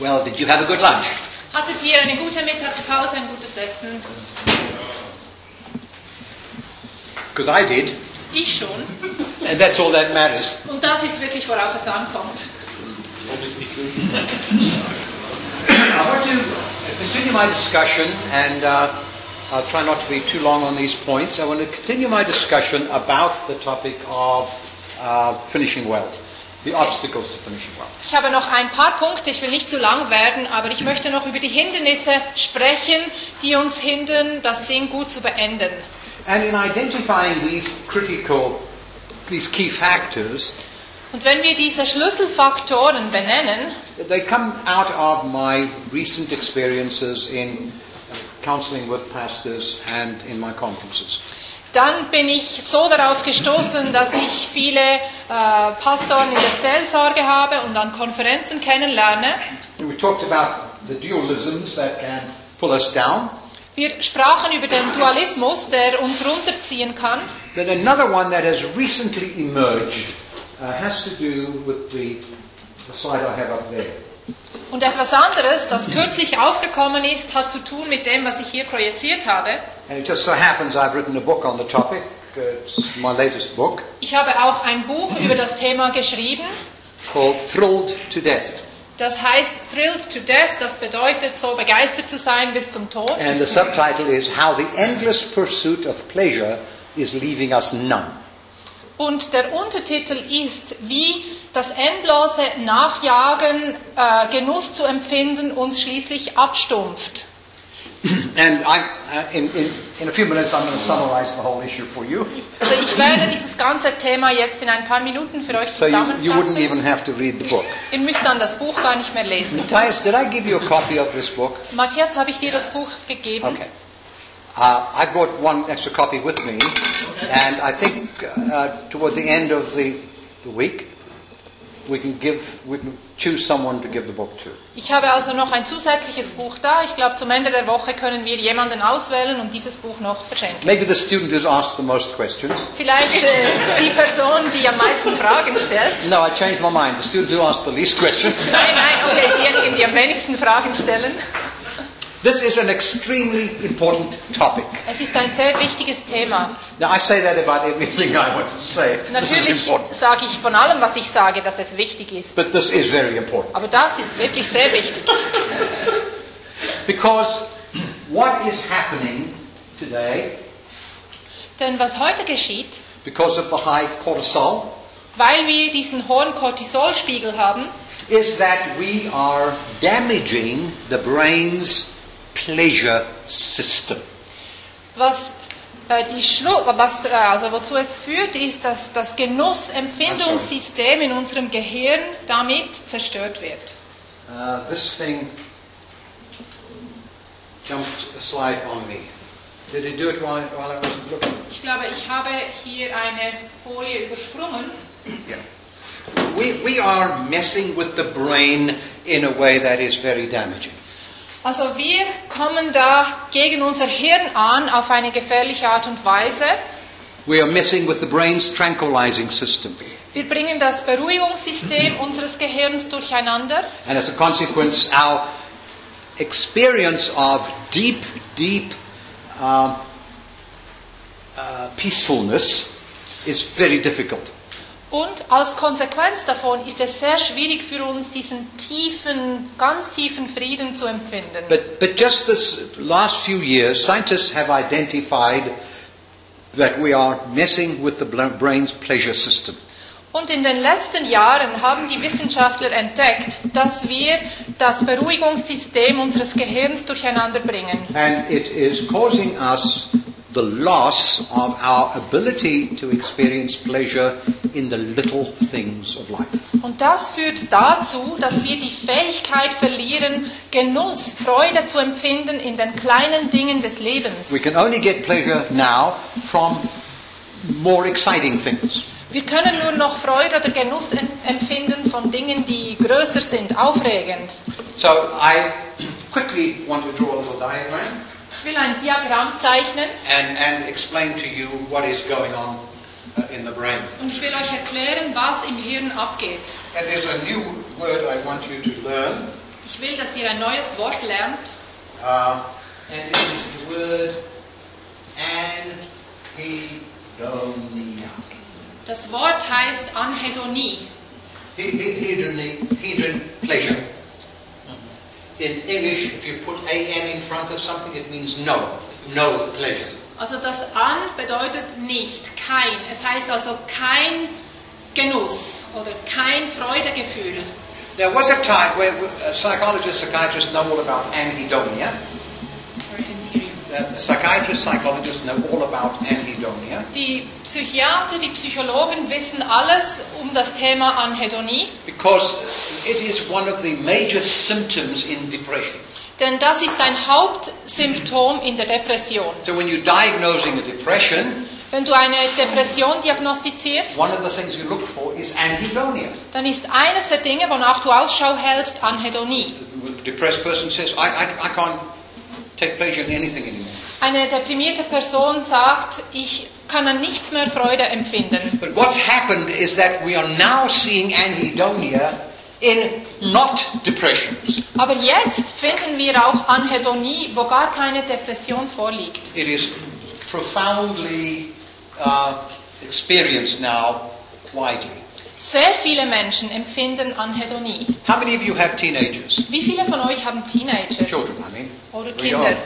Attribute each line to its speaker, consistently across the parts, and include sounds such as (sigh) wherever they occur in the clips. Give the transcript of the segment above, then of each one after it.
Speaker 1: Well, did you have a good lunch?
Speaker 2: Hattet ihr eine gute Mittagspause, ein gutes Essen?
Speaker 1: Because I did.
Speaker 2: Ich schon.
Speaker 1: And Uh, that's all that matters.
Speaker 2: Und das ist wirklich, worauf es ankommt.
Speaker 1: I want to continue my discussion, and uh, I'll try not to be too long on these points. I want to continue my discussion about the topic of uh, finishing well, the obstacles to finishing well.
Speaker 2: Ich habe noch ein paar Punkte, ich will nicht zu lang werden, aber ich möchte noch über die Hindernisse sprechen, die uns hindern, das Ding gut zu beenden.
Speaker 1: And in identifying these critical, these key factors,
Speaker 2: Und wenn wir diese Schlüsselfaktoren benennen,
Speaker 1: they come out of my recent experiences in uh, counseling with pastors and in my conferences.
Speaker 2: dann bin ich so darauf gestoßen, dass ich viele äh, Pastoren in der Seelsorge habe und an Konferenzen kennenlerne.
Speaker 1: We talked about the dualisms that can pull us down.
Speaker 2: Wir sprachen über den Dualismus, der uns runterziehen kann.
Speaker 1: Then another one that has recently emerged uh, has to do with the, the slide I have up there.
Speaker 2: Und etwas anderes, das kürzlich aufgekommen ist, hat zu tun mit dem, was ich hier projiziert habe.
Speaker 1: And it just so happens I've written a book on the topic. Uh, It's my latest book
Speaker 2: Ich habe auch ein Buch über das Thema geschrieben.
Speaker 1: called Thrilled to Death.
Speaker 2: Das heißt Thrilled to Death, das bedeutet so begeistert zu sein bis zum Tod.
Speaker 1: And the subtitle is How the Endless Pursuit of Pleasure is Leaving Us Numb.
Speaker 2: Und der Untertitel ist, wie das endlose Nachjagen, äh, Genuss zu empfinden, uns schließlich abstumpft.
Speaker 1: And I, uh, in, in, in a few minutes, I'm going to summarize the whole issue for you.
Speaker 2: Also ich werde dieses ganze Thema jetzt in ein paar Minuten für euch
Speaker 1: So you, you wouldn't
Speaker 2: zusammenfassen.
Speaker 1: even have to read the book.
Speaker 2: Ihr müsst dann das Buch gar nicht mehr lesen.
Speaker 1: Matthias, did I give you a copy of this book?
Speaker 2: Matthias, habe ich dir das Buch gegeben?
Speaker 1: Okay. Uh, I brought one extra copy with me, and I think uh, toward the end of the, the week, we can give we can choose someone to give the book to.
Speaker 2: Ich habe also noch ein zusätzliches Buch da. Ich glaube, zum Ende der Woche können wir jemanden auswählen und dieses Buch noch verschenken.
Speaker 1: Maybe the student who's asked the most questions.
Speaker 2: Vielleicht äh, die Person, die am meisten Fragen stellt.
Speaker 1: No, I changed my mind. The student who asked the least questions. (laughs)
Speaker 2: Nein, nein, okay, diejenigen, die am wenigsten Fragen stellen.
Speaker 1: This is an extremely important topic.
Speaker 2: Es ist ein sehr wichtiges Thema.
Speaker 1: Now, I say that about everything I want to say. This is
Speaker 2: Natürlich
Speaker 1: important.
Speaker 2: sage ich von allem, was ich sage, dass es wichtig ist.
Speaker 1: But this is very important.
Speaker 2: Aber das ist wirklich sehr wichtig.
Speaker 1: Because what is happening today,
Speaker 2: Denn was heute geschieht,
Speaker 1: because of the high cortisol,
Speaker 2: weil wir diesen hohen Cortisolspiegel haben,
Speaker 1: is that we are damaging the brain's pleasure system.
Speaker 2: Was, äh, die Schlu was äh, also wozu es führt, ist, dass das Genussempfindungssystem in unserem Gehirn damit zerstört wird.
Speaker 1: Uh, this thing jumped a slide on me. Did it do it while, while I wasn't looking?
Speaker 2: Ich glaube, ich habe hier eine Folie übersprungen.
Speaker 1: Yeah. We, we are messing with the brain in a way that is very damaging.
Speaker 2: Also wir kommen da gegen unser Hirn an auf eine gefährliche Art und Weise.
Speaker 1: We are messing with the brain's tranquilizing system.
Speaker 2: Wir bringen das (laughs) Beruhigungssystem unseres Gehirns durcheinander
Speaker 1: And as a consequence, our experience of deep, deep um, uh, peacefulness is very difficult.
Speaker 2: und als Konsequenz davon ist es sehr schwierig für uns, diesen tiefen, ganz tiefen Frieden zu empfinden.
Speaker 1: But, but just this last few years, scientists have identified that we are messing with the bl- brain's pleasure system.
Speaker 2: Und in den letzten Jahren haben die Wissenschaftler entdeckt, dass wir das Beruhigungssystem unseres Gehirns durcheinander bringen.
Speaker 1: And it is causing us the loss of our ability to experience pleasure in the little things of life.
Speaker 2: Und das führt dazu, dass wir die Fähigkeit verlieren, Genuss, Freude zu empfinden in den kleinen Dingen des
Speaker 1: We
Speaker 2: Lebens.
Speaker 1: can only get pleasure now from more exciting things.
Speaker 2: Wir können nur noch Freude oder Genuss en- empfinden von Dingen, die größer sind, aufregend.
Speaker 1: So I quickly want to draw a little diagram
Speaker 2: Ich will ein Diagramm zeichnen
Speaker 1: and, and explain to you what is going on uh, in the brain.
Speaker 2: und ich will euch erklären, was im Hirn abgeht.
Speaker 1: And there's a new word I want you to learn.
Speaker 2: Ich will, dass ihr ein neues Wort lernt.
Speaker 1: Uh, and it is the word anhedonia.
Speaker 2: Das Wort heißt Anhedonie.
Speaker 1: He- he- Hedoni- Hedon, pleasure. In English, if you put an in front of something, it means no, no pleasure.
Speaker 2: Also das an bedeutet nicht, kein. Es heißt also kein Genuss oder kein Freudegefühl.
Speaker 1: There was a time where uh, psychologists, psychiatrists know all about anhedonia. Uh, psychiatrists, psychologists know all about anhedonia.
Speaker 2: Die Psychiater, die Psychologen wissen alles um das Thema Anhedonie,
Speaker 1: Because it is one of the major symptoms in depression.
Speaker 2: denn das ist ein Hauptsymptom in der Depression.
Speaker 1: So when you're diagnosing a depression,
Speaker 2: Wenn du eine Depression diagnostizierst,
Speaker 1: one of the things you look for is anhedonia.
Speaker 2: dann ist eines der Dinge, wonach du Ausschau hältst, Anhedonie.
Speaker 1: The depressed person says, I, I, I can't take pleasure in anything anymore.
Speaker 2: Eine deprimierte Person sagt, ich kann an nichts mehr Freude empfinden.
Speaker 1: But what's happened is that we are now seeing anhedonia in not depressions.
Speaker 2: Aber jetzt finden wir auch Anhedonie, wo gar keine Depression vorliegt.
Speaker 1: It is profoundly uh, experienced now widely.
Speaker 2: Sehr viele Menschen empfinden Anhedonie.
Speaker 1: How many of you have teenagers?
Speaker 2: Wie viele von euch haben Teenager?
Speaker 1: Children, I mean.
Speaker 2: Oder
Speaker 1: Very young.
Speaker 2: Kinder?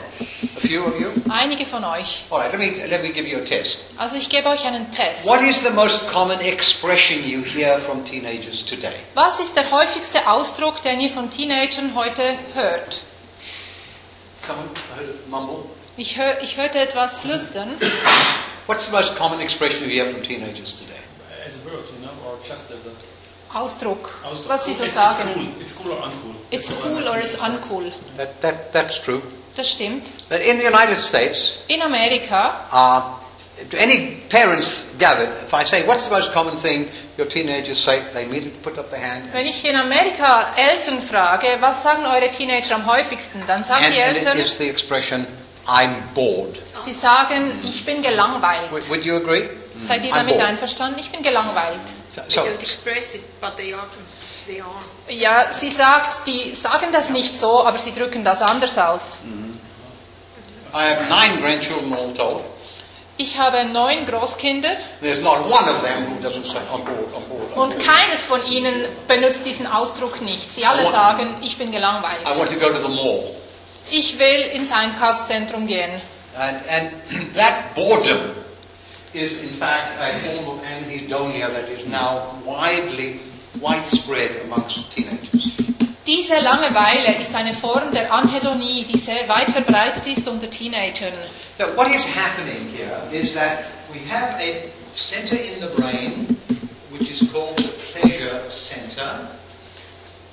Speaker 1: A few of you?
Speaker 2: Einige von euch.
Speaker 1: All right, let me, let me give you a test.
Speaker 2: Also ich gebe euch einen Test.
Speaker 1: What is the most common expression you hear from teenagers today?
Speaker 2: Was ist der häufigste Ausdruck, den ihr von Teenagern heute hört?
Speaker 1: Someone heard mumble?
Speaker 2: Ich, hör, ich hörte etwas flüstern.
Speaker 1: What's the most common expression you hear from teenagers today?
Speaker 3: As a word, you know, or just as a.
Speaker 2: Ausdruck.
Speaker 3: Ausdruck.
Speaker 2: Was sie so
Speaker 3: it's, It's
Speaker 2: sagen.
Speaker 3: cool. It's cool or uncool.
Speaker 2: It's
Speaker 3: That's
Speaker 2: cool
Speaker 3: what I
Speaker 2: or
Speaker 3: mean.
Speaker 2: it's uncool.
Speaker 1: That, that, that's true.
Speaker 2: Das stimmt.
Speaker 1: But in the United States,
Speaker 2: In Amerika,
Speaker 1: uh, do any parents gather, if I say, what's the most common thing your teenagers say, they immediately put up their hand.
Speaker 2: wenn ich in Amerika Eltern frage, was sagen eure Teenager am häufigsten, dann sagen
Speaker 1: and,
Speaker 2: die
Speaker 1: and it
Speaker 2: Eltern,
Speaker 1: is the expression, I'm bored.
Speaker 2: sie sagen, ich bin gelangweilt.
Speaker 1: Would, would you agree?
Speaker 2: Seid ihr
Speaker 1: I'm
Speaker 2: damit
Speaker 1: bored.
Speaker 2: einverstanden? Ich bin gelangweilt.
Speaker 1: So,
Speaker 4: They don't
Speaker 1: so,
Speaker 4: express it, but they are. They are.
Speaker 2: Ja, sie sagt, die sagen das nicht so, aber sie drücken das anders aus.
Speaker 1: I have nine grandchildren all told.
Speaker 2: Ich habe neun Großkinder
Speaker 1: There's not one of them who doesn't say, I'm bored, I'm bored. I'm
Speaker 2: und
Speaker 1: bored."
Speaker 2: keines von ihnen benutzt diesen Ausdruck nicht. Sie alle
Speaker 1: I want-
Speaker 2: sagen, ich bin
Speaker 1: I
Speaker 2: gelangweilt.
Speaker 1: want to go to the mall.
Speaker 2: Ich will ins Einkaufszentrum gehen.
Speaker 1: And, and (clears throat) that boredom is, in fact, a form of anhedonia that is now widely widespread amongst teenagers.
Speaker 2: Diese Langeweile ist eine Form der Anhedonie, die sehr weit verbreitet ist unter Teenagern.
Speaker 1: So, what is happening here is that we have a center in the brain which is called the pleasure center,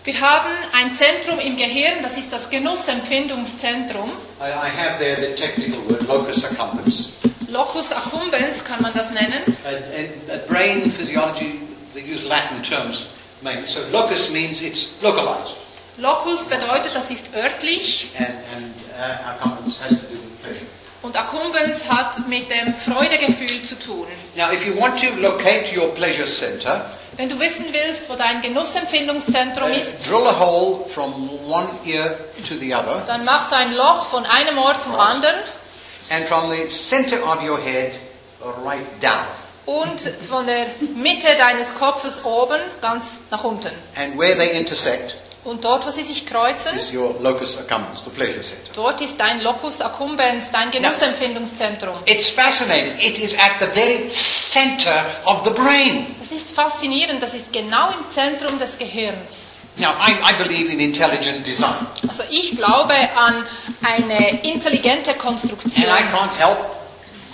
Speaker 2: Wir haben ein Zentrum im Gehirn, das ist das Genussempfindungszentrum.
Speaker 1: I, I have there the technical word locus accumbens.
Speaker 2: Locus accumbens kann man das nennen.
Speaker 1: And, and uh, brain physiology, they use Latin terms mainly. So locus means it's localized,
Speaker 2: Locus bedeutet, das ist örtlich
Speaker 1: and, and uh, accumbens has to do with pleasure.
Speaker 2: und accumbens hat mit dem Freudegefühl zu tun.
Speaker 1: Now, if you want to locate your pleasure center,
Speaker 2: Wenn du wissen willst, wo dein Genussempfindungszentrum
Speaker 1: uh,
Speaker 2: ist,
Speaker 1: drill a hole from one ear to the other,
Speaker 2: dann machst du ein Loch von einem Ort zum anderen
Speaker 1: and from the center of your head, uh, right down.
Speaker 2: und von der Mitte deines Kopfes oben ganz nach unten.
Speaker 1: And where they intersect
Speaker 2: Und dort, wo sie sich kreuzen,
Speaker 1: is your locus accumbens, the pleasure center.
Speaker 2: dort ist dein Locus accumbens, dein Genussempfindungszentrum.
Speaker 1: It's fascinating. It is at the very center of the brain.
Speaker 2: Das ist faszinierend, das ist genau im Zentrum des Gehirns.
Speaker 1: Now, I, I believe in intelligent design,
Speaker 2: Also ich glaube an eine intelligente Konstruktion.
Speaker 1: and I can't help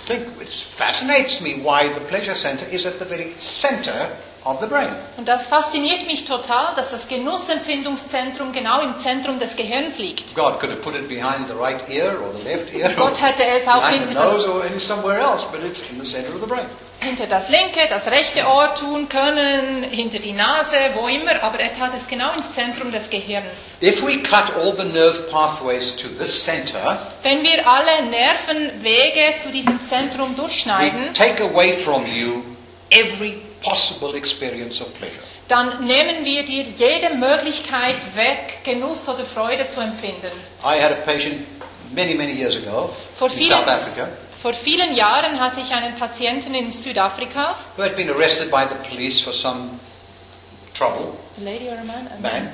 Speaker 1: think it fascinates me why the pleasure center is at the very center of the brain.
Speaker 2: Und das fasziniert mich total, dass das Genussempfindungszentrum genau im Zentrum des Gehirns liegt.
Speaker 1: God could have put it behind the right ear or the left ear.
Speaker 2: Gott hätte es auch
Speaker 1: behind the
Speaker 2: hinter das,
Speaker 1: nose or in somewhere else, but it's in the center of the brain.
Speaker 2: hinter das linke, das rechte Ohr tun können, hinter die Nase, wo immer, aber er tat es genau ins Zentrum des Gehirns.
Speaker 1: If we cut all the nerve pathways to this center,
Speaker 2: Wenn wir alle Nervenwege zu diesem Zentrum
Speaker 1: we
Speaker 2: durchschneiden,
Speaker 1: take away from you every possible experience of pleasure.
Speaker 2: dann nehmen wir dir jede Möglichkeit weg, Genuss oder Freude zu empfinden.
Speaker 1: I had a patient many, many years ago
Speaker 2: Vor
Speaker 1: in
Speaker 2: vielen-
Speaker 1: South Africa
Speaker 2: Vor vielen Jahren hatte ich einen Patienten in Südafrika.
Speaker 1: who had been arrested by the police for some trouble.
Speaker 2: A Lady or a man? A
Speaker 1: Man.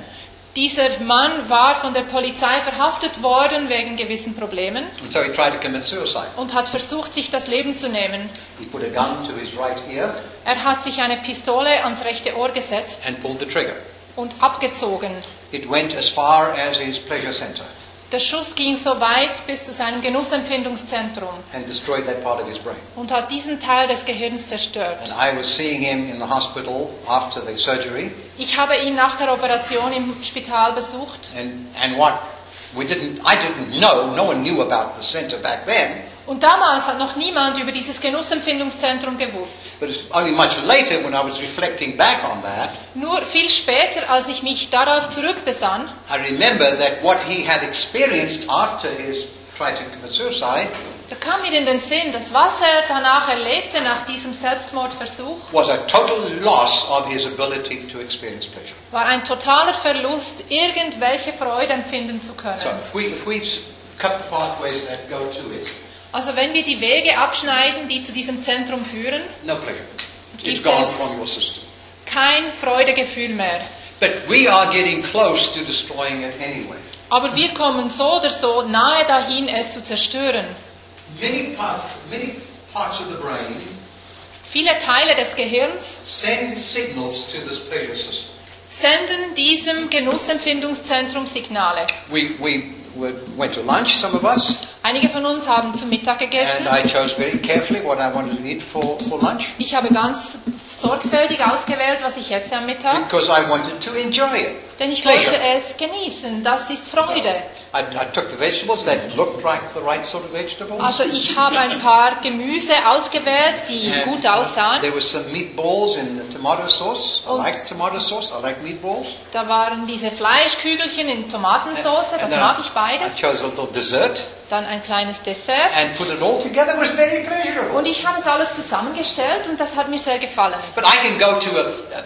Speaker 2: Dieser Mann war von der Polizei verhaftet worden wegen gewissen Problemen
Speaker 1: And so he tried to commit suicide.
Speaker 2: und hat versucht, sich das Leben zu nehmen.
Speaker 1: He put a gun to his right ear
Speaker 2: Er hat sich eine Pistole ans rechte Ohr gesetzt
Speaker 1: and pulled the trigger.
Speaker 2: und abgezogen.
Speaker 1: It went as far as his pleasure center
Speaker 2: Der Schuss ging so weit bis zu seinem Genussempfindungszentrum
Speaker 1: and destroyed that part of his brain.
Speaker 2: und hat diesen Teil des Gehirns zerstört.
Speaker 1: And I was seeing him in the hospital after the surgery,
Speaker 2: Ich habe ihn nach der Operation im Spital besucht
Speaker 1: and, and what we didn't, I didn't know, no one knew about the center back then,
Speaker 2: und damals hat noch niemand über dieses Genussempfindungszentrum gewusst.
Speaker 1: but it's only much later when I was reflecting back on that,
Speaker 2: Nur viel später, als ich mich darauf zurückbesann,
Speaker 1: I remember that what he had experienced after his trying to commit suicide
Speaker 2: da kam mir in den Sinn, dass was er danach erlebte, nach diesem Selbstmordversuch,
Speaker 1: was a total loss of his ability to experience pleasure.
Speaker 2: war ein totaler Verlust, irgendwelche Freude empfinden zu können.
Speaker 1: So if we, if we s- cut the pathways that go to it,
Speaker 2: Also wenn wir die Wege abschneiden, die zu diesem Zentrum führen,
Speaker 1: no pleasure. It's
Speaker 2: Gibt
Speaker 1: gone
Speaker 2: es-
Speaker 1: from your system.
Speaker 2: kein Freudegefühl mehr.
Speaker 1: But we are getting close to destroying it anyway.
Speaker 2: Aber wir kommen so oder so nahe dahin, es zu zerstören.
Speaker 1: Many, parts, many parts of the brain
Speaker 2: Viele Teile des Gehirns
Speaker 1: send signals to this pleasure system.
Speaker 2: senden diesem Genussempfindungszentrum Signale.
Speaker 1: We, we were- went to lunch, some of us,
Speaker 2: Einige von uns haben zu Mittag gegessen.
Speaker 1: and I chose very carefully what I wanted to eat for, for lunch
Speaker 2: Ich habe ganz sorgfältig ausgewählt, was ich esse am Mittag,
Speaker 1: because I wanted to enjoy it.
Speaker 2: denn ich
Speaker 1: Pleasure.
Speaker 2: wollte es genießen. Das ist Freude.
Speaker 1: I, I took the vegetables that looked like the right sort of vegetables.
Speaker 2: Also ich habe ein paar Gemüse ausgewählt, die
Speaker 1: And
Speaker 2: gut aussahen.
Speaker 1: There was some meatballs in the tomato sauce. I
Speaker 2: Und-
Speaker 1: like tomato sauce. I like meatballs.
Speaker 2: Da waren diese Fleischkügelchen in Tomatensauce, das
Speaker 1: And then
Speaker 2: mag ich
Speaker 1: I
Speaker 2: beides.
Speaker 1: chose a little dessert
Speaker 2: Dann ein kleines Dessert.
Speaker 1: and put it all together. It was very pleasurable.
Speaker 2: Und ich habe es alles zusammengestellt und das hat mir sehr gefallen.
Speaker 1: But I can go to a,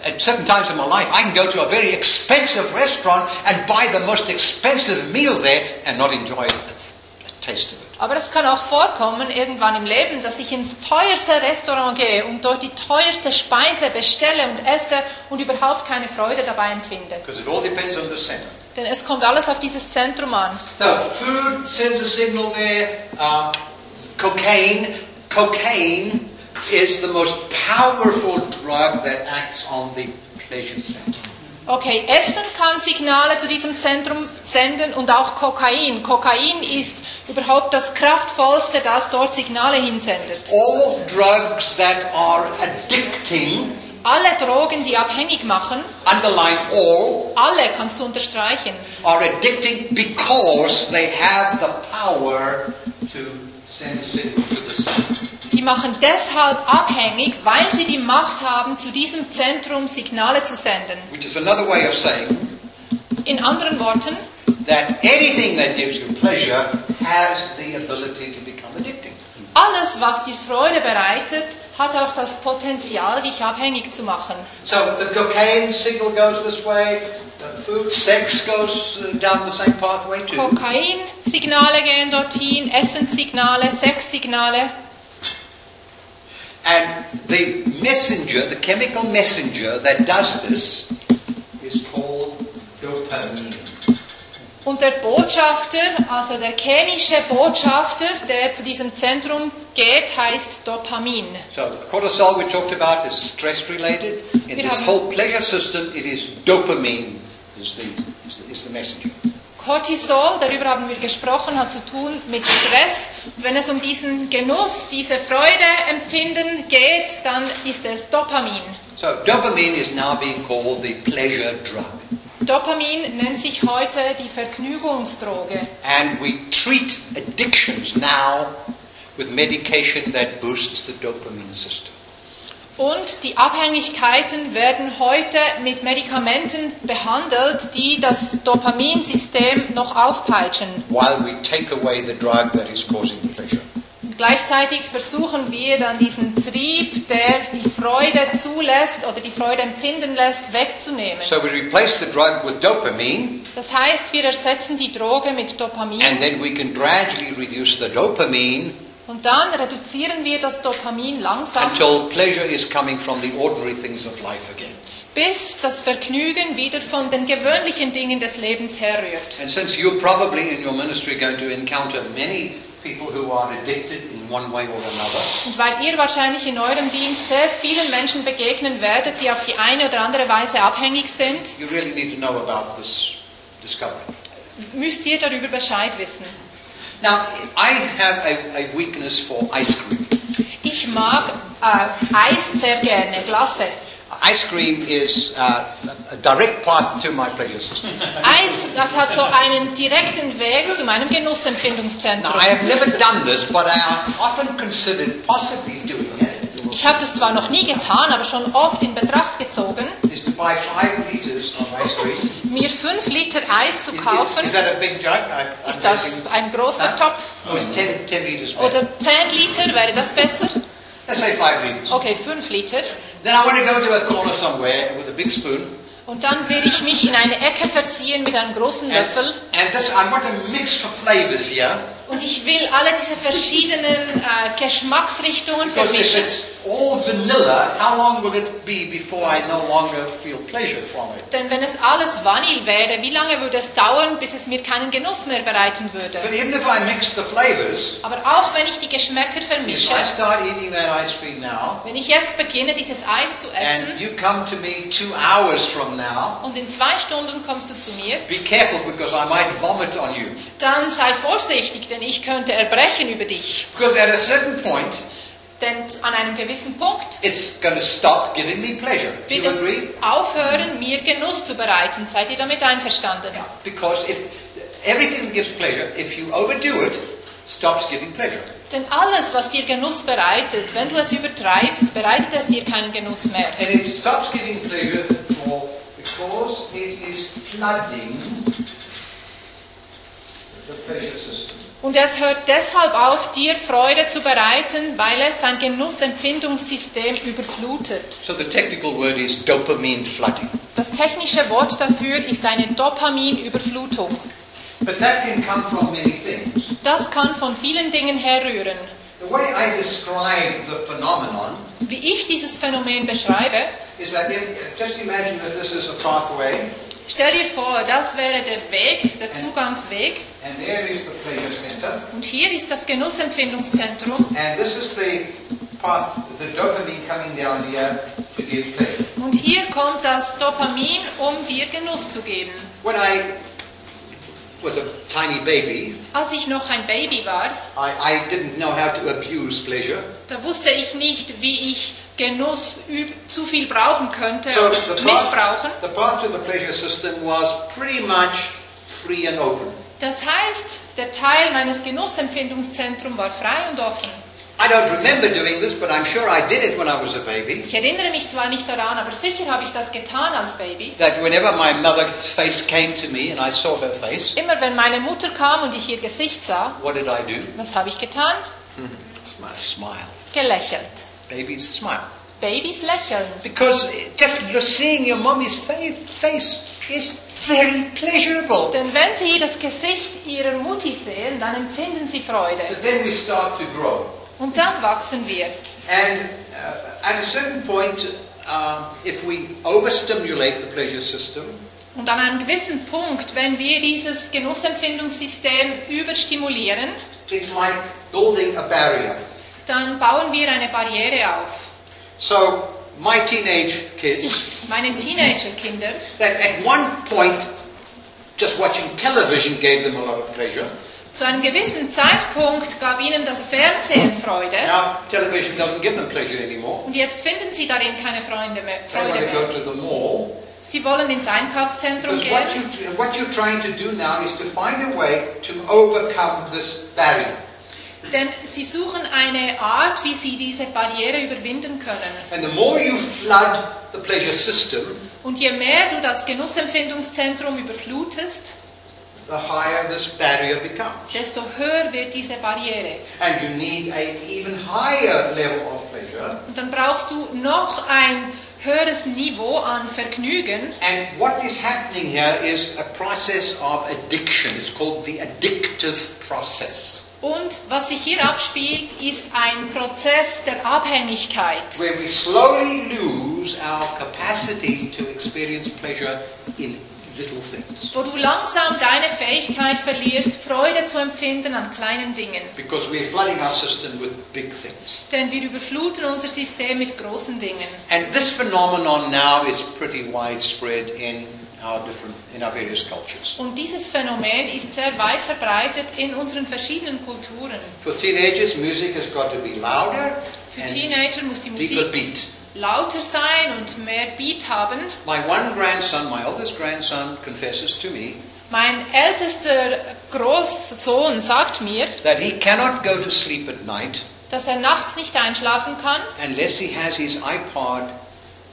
Speaker 1: at certain times in my life, I can go to a very expensive restaurant and buy the most expensive meal there and not enjoy the taste of it.
Speaker 2: Aber es kann auch vorkommen, irgendwann im Leben, dass ich ins teuerste Restaurant gehe und dort die teuerste Speise bestelle und esse und überhaupt keine Freude dabei empfinde.
Speaker 1: Because it all depends on the center.
Speaker 2: Denn es kommt alles auf dieses Zentrum an.
Speaker 1: So food sends a signal there. Uh, cocaine, cocaine is the most powerful drug that acts on the pleasure center.
Speaker 2: Okay, Essen kann Signale zu diesem Zentrum senden und auch Kokain. Kokain ist überhaupt das kraftvollste, das dort Signale hinsendet.
Speaker 1: All drugs that are addicting,
Speaker 2: Alle Drogen, die abhängig machen,
Speaker 1: underline all,
Speaker 2: alle kannst du unterstreichen.
Speaker 1: are addicting because they have the power to send signal to the center.
Speaker 2: Die machen deshalb abhängig, weil sie die Macht haben, zu diesem Zentrum Signale zu senden.
Speaker 1: Which is another way of saying
Speaker 2: In anderen Worten,
Speaker 1: that anything that gives you pleasure has the ability to become addicting.
Speaker 2: alles, was dir Freude bereitet, hat auch das Potenzial, dich abhängig zu machen.
Speaker 1: So the cocaine signal goes this way, the food, sex goes uh, down the same pathway too.
Speaker 2: Kokain-Signale gehen dorthin, Essenssignale, Sexsignale.
Speaker 1: And the messenger, the chemical messenger that does this is called dopamine.
Speaker 2: Und der Botschafter, also der chemische Botschafter, der zu diesem Zentrum geht, heißt Dopamin.
Speaker 1: So cortisol we talked about is stress related. In
Speaker 2: Wir
Speaker 1: this
Speaker 2: haben-
Speaker 1: whole pleasure system it is dopamine is the, is the, is the messenger.
Speaker 2: Cortisol, darüber haben wir gesprochen, hat zu tun mit Stress. Und wenn es um diesen Genuss, diese Freude empfinden geht, dann ist es Dopamin.
Speaker 1: So dopamine is now being called the pleasure drug.
Speaker 2: Dopamin nennt sich heute die Vergnügungsdroge.
Speaker 1: And we treat addictions now with medication that boosts the dopamine system.
Speaker 2: Und die Abhängigkeiten werden heute mit Medikamenten behandelt, die das Dopaminsystem noch aufpeitschen.
Speaker 1: While we take away the drug that is causing the pleasure.
Speaker 2: Gleichzeitig versuchen wir dann diesen Trieb, der die Freude zulässt oder die Freude empfinden lässt, wegzunehmen.
Speaker 1: So we replace the drug with dopamine,
Speaker 2: Das heißt, wir ersetzen die Droge mit
Speaker 1: and
Speaker 2: Dopamin
Speaker 1: then we can gradually reduce the dopamine
Speaker 2: und dann reduzieren wir das Dopamin langsam,
Speaker 1: until pleasure is coming from the ordinary things of life again.
Speaker 2: bis das Vergnügen wieder von den gewöhnlichen Dingen des Lebens herrührt.
Speaker 1: And since you're probably in your ministry going to encounter many people who are addicted in one way or another,
Speaker 2: Und weil ihr wahrscheinlich in eurem Dienst sehr vielen Menschen begegnen werdet, die auf die eine oder andere Weise abhängig sind,
Speaker 1: you really need to know about this discovery.
Speaker 2: müsst ihr darüber Bescheid wissen.
Speaker 1: Now, I have a, a weakness for ice cream.
Speaker 2: Ich mag äh, Eis sehr gerne, Glasse.
Speaker 1: Ice cream is uh, a direct path to my pleasure system.
Speaker 2: Eis, das hat so einen direkten Weg zu meinem
Speaker 1: Now,
Speaker 2: Genussempfindungszentrum.
Speaker 1: I have never done this, but I have often considered possibly doing it,
Speaker 2: Ich habe das zwar noch nie getan, aber schon oft in Betracht gezogen,
Speaker 1: is to buy five liters of ice cream.
Speaker 2: mir fünf Liter Eis zu
Speaker 1: Is,
Speaker 2: kaufen.
Speaker 1: is that a big jug? I, I'm
Speaker 2: Ist das
Speaker 1: guessing-
Speaker 2: ein großer
Speaker 1: Huh?
Speaker 2: Topf?
Speaker 1: Oh, it's 10, 10 liters. big.
Speaker 2: Oder zehn Liter, wäre das besser?
Speaker 1: Let's say five liters.
Speaker 2: Okay, fünf Liter.
Speaker 1: Then I want to go to a corner somewhere with a big spoon.
Speaker 2: Und dann werde ich mich in eine Ecke verziehen mit einem großen
Speaker 1: And,
Speaker 2: Löffel.
Speaker 1: and this, I want a mix of flavors here.
Speaker 2: Und ich will alle diese verschiedenen äh, Geschmacksrichtungen
Speaker 1: Because if
Speaker 2: vermischen.
Speaker 1: it's all vanilla, how long will it be before I no longer feel pleasure from it?
Speaker 2: Denn wenn es alles Vanille wäre, wie lange würde es dauern, bis es mir keinen Genuss mehr bereiten
Speaker 1: But
Speaker 2: würde?
Speaker 1: even if I mix the flavors,
Speaker 2: Aber auch wenn ich die Geschmäcker
Speaker 1: if
Speaker 2: vermische,
Speaker 1: I start eating that ice cream now,
Speaker 2: wenn ich jetzt beginne, dieses Eis zu
Speaker 1: and
Speaker 2: essen,
Speaker 1: you come to me two hours from now,
Speaker 2: und in zwei Stunden kommst du zu mir,
Speaker 1: be careful because I might vomit on you.
Speaker 2: dann sei vorsichtig, denn ich könnte erbrechen über dich.
Speaker 1: Because at a certain point,
Speaker 2: Denn an einem gewissen Punkt
Speaker 1: it's going to stop giving me pleasure. Do
Speaker 2: wird
Speaker 1: you
Speaker 2: es
Speaker 1: agree?
Speaker 2: aufhören, mir Genuss zu bereiten. Seid ihr damit einverstanden?
Speaker 1: Yeah, because if everything that gives pleasure, if you overdo it, stops giving pleasure.
Speaker 2: Denn alles, was dir Genuss bereitet, wenn du es übertreibst, bereitet es dir keinen Genuss mehr.
Speaker 1: And it stops giving pleasure for, because it is flooding the pleasure system.
Speaker 2: Und es hört deshalb auf, dir Freude zu bereiten, weil es dein Genussempfindungssystem überflutet.
Speaker 1: So the technical word is dopamine flooding.
Speaker 2: Das technische Wort dafür ist eine Dopaminüberflutung.
Speaker 1: But that can come from many things.
Speaker 2: Das kann von vielen Dingen herrühren.
Speaker 1: The way I describe the phenomenon
Speaker 2: Wie ich dieses Phänomen beschreibe,
Speaker 1: is that if, just imagine that this is a pathway,
Speaker 2: stell dir vor, das wäre der Weg, der Zugangsweg,
Speaker 1: and there is the pleasure center,
Speaker 2: und hier ist das Genussempfindungszentrum,
Speaker 1: and this is the path, the dopamine coming down here to give pleasure.
Speaker 2: und hier kommt das Dopamin, um dir Genuss zu geben.
Speaker 1: When I was a tiny baby,
Speaker 2: Als ich noch ein Baby war,
Speaker 1: I, I didn't know how to abuse pleasure.
Speaker 2: Da wusste ich nicht, wie ich Genuss üb zu viel brauchen könnte
Speaker 1: So
Speaker 2: oder
Speaker 1: the
Speaker 2: missbrauchen.
Speaker 1: path, the path to the pleasure system was pretty much free and open.
Speaker 2: Das heißt, der Teil meines Genussempfindungszentrums war frei und offen.
Speaker 1: I don't remember doing this, but I'm sure I did it when I was a baby.
Speaker 2: Ich erinnere mich zwar nicht daran, aber sicher habe ich das getan als Baby.
Speaker 1: That whenever my mother's face came to me and I saw her face,
Speaker 2: Immer wenn meine Mutter kam und ich ihr Gesicht sah,
Speaker 1: what did I do?
Speaker 2: was habe ich getan?
Speaker 1: I smiled.
Speaker 2: Gelächelt.
Speaker 1: Babies smile.
Speaker 2: Babys lächeln.
Speaker 1: Because just you're seeing your mommy's fa- face is very pleasurable.
Speaker 2: Denn wenn sie das Gesicht ihrer Mutti sehen, dann empfinden sie Freude.
Speaker 1: But then we start to grow.
Speaker 2: Und dann wachsen wir.
Speaker 1: And uh, at a certain point, uh, if we overstimulate the pleasure system,
Speaker 2: Und an einem gewissen Punkt, wenn wir dieses Genussempfindungssystem überstimulieren,
Speaker 1: it's like building a barrier.
Speaker 2: dann bauen wir eine Barriere auf.
Speaker 1: So my teenage kids,
Speaker 2: (laughs) Meine Teenagerkinder,
Speaker 1: that at one point, just watching television gave them a lot of pleasure.
Speaker 2: zu einem gewissen Zeitpunkt gab ihnen das Fernsehen Freude
Speaker 1: Now television doesn't give them pleasure anymore.
Speaker 2: und jetzt finden sie darin keine Freunde mehr,
Speaker 1: They want
Speaker 2: Freude
Speaker 1: to
Speaker 2: mehr.
Speaker 1: go to the mall.
Speaker 2: Sie wollen ins Einkaufszentrum
Speaker 1: Because what,
Speaker 2: gehen,
Speaker 1: you, what you're trying to do now is to find a way to overcome this barrier.
Speaker 2: denn sie suchen eine Art, wie sie diese Barriere überwinden können.
Speaker 1: And the more you flood the pleasure system,
Speaker 2: Und je mehr du das Genussempfindungszentrum überflutest,
Speaker 1: the higher this barrier becomes.
Speaker 2: desto höher wird diese Barriere.
Speaker 1: And you need an even higher level of pleasure.
Speaker 2: Und dann brauchst du noch ein höheres Niveau an Vergnügen.
Speaker 1: And what is happening here is a process of addiction. It's called the addictive process,
Speaker 2: Und was sich hier abspielt, ist ein Prozess der Abhängigkeit,
Speaker 1: where we slowly lose our capacity to experience pleasure in little things.
Speaker 2: wo du langsam deine Fähigkeit verlierst, Freude zu empfinden an kleinen Dingen.
Speaker 1: Because we're flooding our system with big things.
Speaker 2: Denn wir überfluten unser System mit großen Dingen.
Speaker 1: And this phenomenon now is pretty widespread in our different, in our various cultures.
Speaker 2: Und dieses Phänomen ist sehr weit verbreitet in unseren verschiedenen Kulturen.
Speaker 1: For teenagers, music has got to be louder
Speaker 2: Für
Speaker 1: and
Speaker 2: Teenager muss die
Speaker 1: deeper
Speaker 2: Musik
Speaker 1: beat.
Speaker 2: lauter sein und mehr Beat haben.
Speaker 1: My one grandson, my oldest grandson, confesses to me
Speaker 2: Mein ältester Großsohn sagt mir,
Speaker 1: that he cannot go to sleep at night
Speaker 2: dass er nachts nicht einschlafen kann,
Speaker 1: unless he has his iPod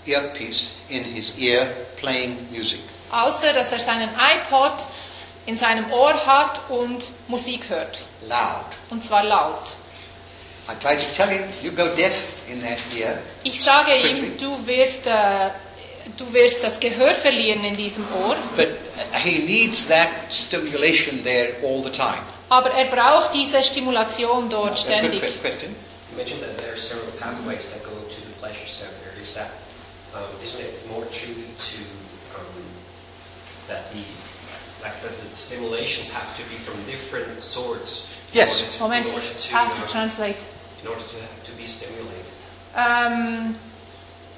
Speaker 1: earpiece in his ear playing music.
Speaker 2: außer dass er seinen iPod in seinem Ohr hat und Musik hört.
Speaker 1: Loud.
Speaker 2: Und zwar laut.
Speaker 1: I tried to tell him, you go deaf in that ear.
Speaker 2: Ich sage
Speaker 1: Quickly.
Speaker 2: ihm, du wirst, äh, du wirst das Gehör verlieren in diesem Ohr,
Speaker 1: But uh, he needs that stimulation there all the time.
Speaker 2: aber er braucht diese Stimulation dort
Speaker 1: A good
Speaker 2: ständig.
Speaker 1: que- question.
Speaker 5: You mentioned that there are several pathways that go to the pleasure center. Is that, um, isn't it more true to um, that the like that the stimulations have to be from different sorts? in
Speaker 1: Yes.
Speaker 5: order to-
Speaker 2: Moment,
Speaker 5: In order
Speaker 2: ich
Speaker 5: to,
Speaker 2: have to
Speaker 5: uh,
Speaker 2: translate.
Speaker 5: in order to, have to be stimulated.
Speaker 2: Um,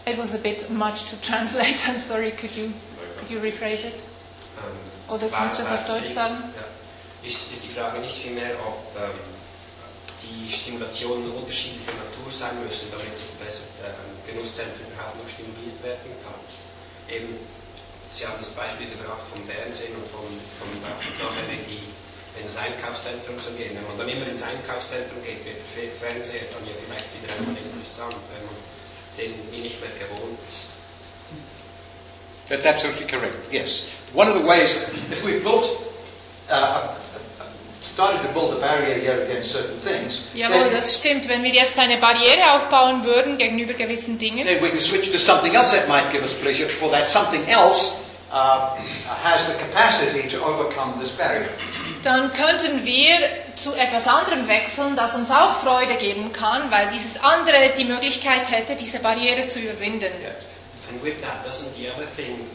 Speaker 2: it was a bit much to translate. I'm sorry. Could you could you rephrase it?
Speaker 5: Ähm,
Speaker 2: Oder
Speaker 5: war
Speaker 2: kannst du das auf
Speaker 5: das
Speaker 2: Deutsch
Speaker 5: Ziel?
Speaker 2: sagen?
Speaker 5: Ja. Ist, ist die Frage nicht vielmehr, ob ähm, die Stimulationen unterschiedlicher Natur sein müssen, damit das Bes- ähm, Genusszentrum überhaupt noch stimuliert werden kann? Eben, Sie haben das Beispiel gebracht vom Fernsehen und vom, vom nachher in, die, in das Einkaufszentrum zu gehen. Wenn man dann immer ins Einkaufszentrum geht, wird Fe- Fernseher dann ja vielleicht wieder einmal interessant, wenn man den wie nicht mehr gewohnt ist.
Speaker 1: That's absolutely correct, yes. One of the ways, if we built, uh, started to build a barrier here against certain things,
Speaker 2: Jawohl,
Speaker 1: then,
Speaker 2: das stimmt. Wenn wir jetzt eine Barriere aufbauen würden gegenüber gewissen Dingen,
Speaker 1: then we can switch to something else that might give us pleasure, for that something else uh, has the capacity to overcome this barrier.
Speaker 2: dann könnten wir zu etwas anderem wechseln, das uns auch Freude geben kann, weil dieses andere die Möglichkeit hätte, diese Barriere zu überwinden.
Speaker 1: Yeah.
Speaker 5: And with that, doesn't the other thing,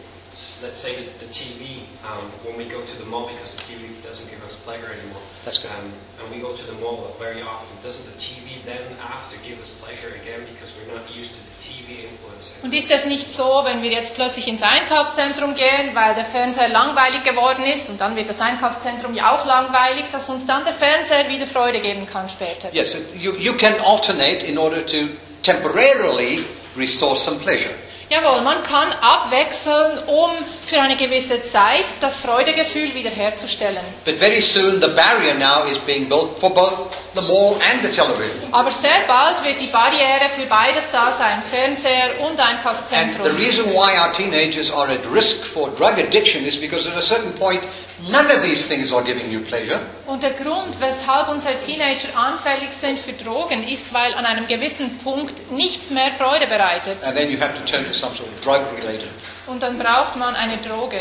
Speaker 5: let's say that the TV, um, when we go to the mall because the TV doesn't give us pleasure anymore,
Speaker 1: That's good.
Speaker 5: um, and we go to the mall very often, doesn't the TV then after give us pleasure again because we're not used to the TV influence?
Speaker 2: Und ist es nicht so, wenn wir jetzt plötzlich ins Einkaufszentrum gehen, weil der Fernseher langweilig geworden ist und dann wird das Einkaufszentrum ja auch langweilig, dass uns dann der Fernseher wieder Freude geben kann später?
Speaker 1: Yes, it- you, you can alternate in order to temporarily restore some pleasure.
Speaker 2: Jawohl, man kann abwechseln, um für eine gewisse Zeit das Freudegefühl wiederherzustellen.
Speaker 1: But very soon the barrier now is being built for both the mall and the television.
Speaker 2: Aber sehr bald wird die Barriere für beides da sein, Fernseher und
Speaker 1: And the
Speaker 2: Einkaufszentrum.
Speaker 1: reason why our teenagers are at risk for drug addiction is because at a certain point, none of these things are giving you pleasure.
Speaker 2: Und der Grund, weshalb unsere Teenager anfällig sind für Drogen, ist, weil an einem gewissen Punkt nichts mehr Freude bereitet.
Speaker 1: And then you have to turn to some sort of drug related.
Speaker 2: Und dann braucht man eine Droge.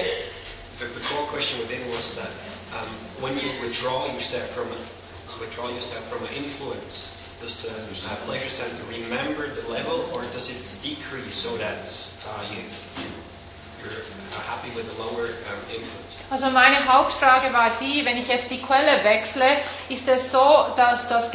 Speaker 5: The, the core question within was that um, when you withdraw yourself from a, withdraw yourself from an influence, does the uh, pleasure center remember the level or does it decrease so that uh, you, you're uh, happy with the lower um, input?
Speaker 2: Also meine Hauptfrage war die, wenn ich jetzt die Quelle wechsle, ist es so, dass das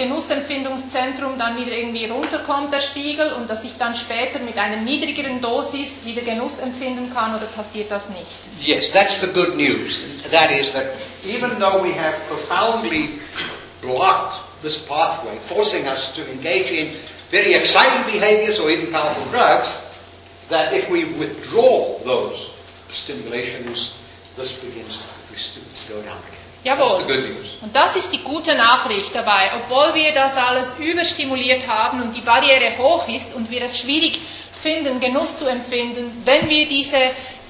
Speaker 2: Genussempfindungszentrum dann wieder irgendwie runterkommt, der Spiegel, und dass ich dann später mit einer niedrigeren Dosis wieder Genuss empfinden kann oder passiert das nicht?
Speaker 1: Yes, that's the good news. That is that even though we have profoundly blocked this pathway, forcing us to engage in very exciting behaviors or even powerful drugs, that if we withdraw those stimulations, this begins to go down again. That's
Speaker 2: Jawohl.
Speaker 1: the good news.
Speaker 2: Und das ist die gute Nachricht dabei. Obwohl wir das alles überstimuliert haben und die Barriere hoch ist und wir es schwierig finden, Genuss zu empfinden, wenn wir diese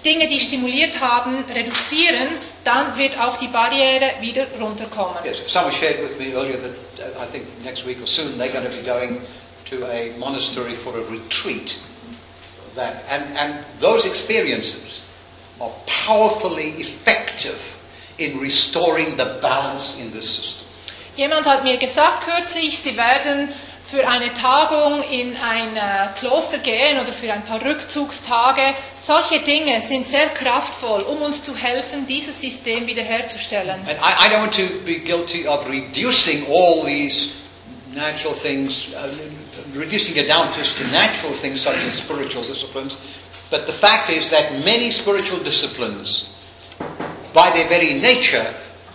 Speaker 2: Dinge, die stimuliert haben, reduzieren, dann wird auch die Barriere wieder runterkommen.
Speaker 1: Yes, someone shared with me earlier that uh, I think next week or soon they're going to be going to a monastery for a retreat. That, and, and those experiences are powerfully effective in restoring the balance in this system.
Speaker 2: Jemand hat mir gesagt kürzlich, sie werden für eine Tagung in ein äh, Kloster gehen oder für ein paar Rückzugstage. Solche Dinge sind sehr kraftvoll, um uns zu helfen, dieses System wiederherzustellen.
Speaker 1: And I, I don't want to be guilty of reducing all these natural things, uh, reducing it down just to natural things such as spiritual disciplines. But the fact is that many spiritual disciplines, by their very nature,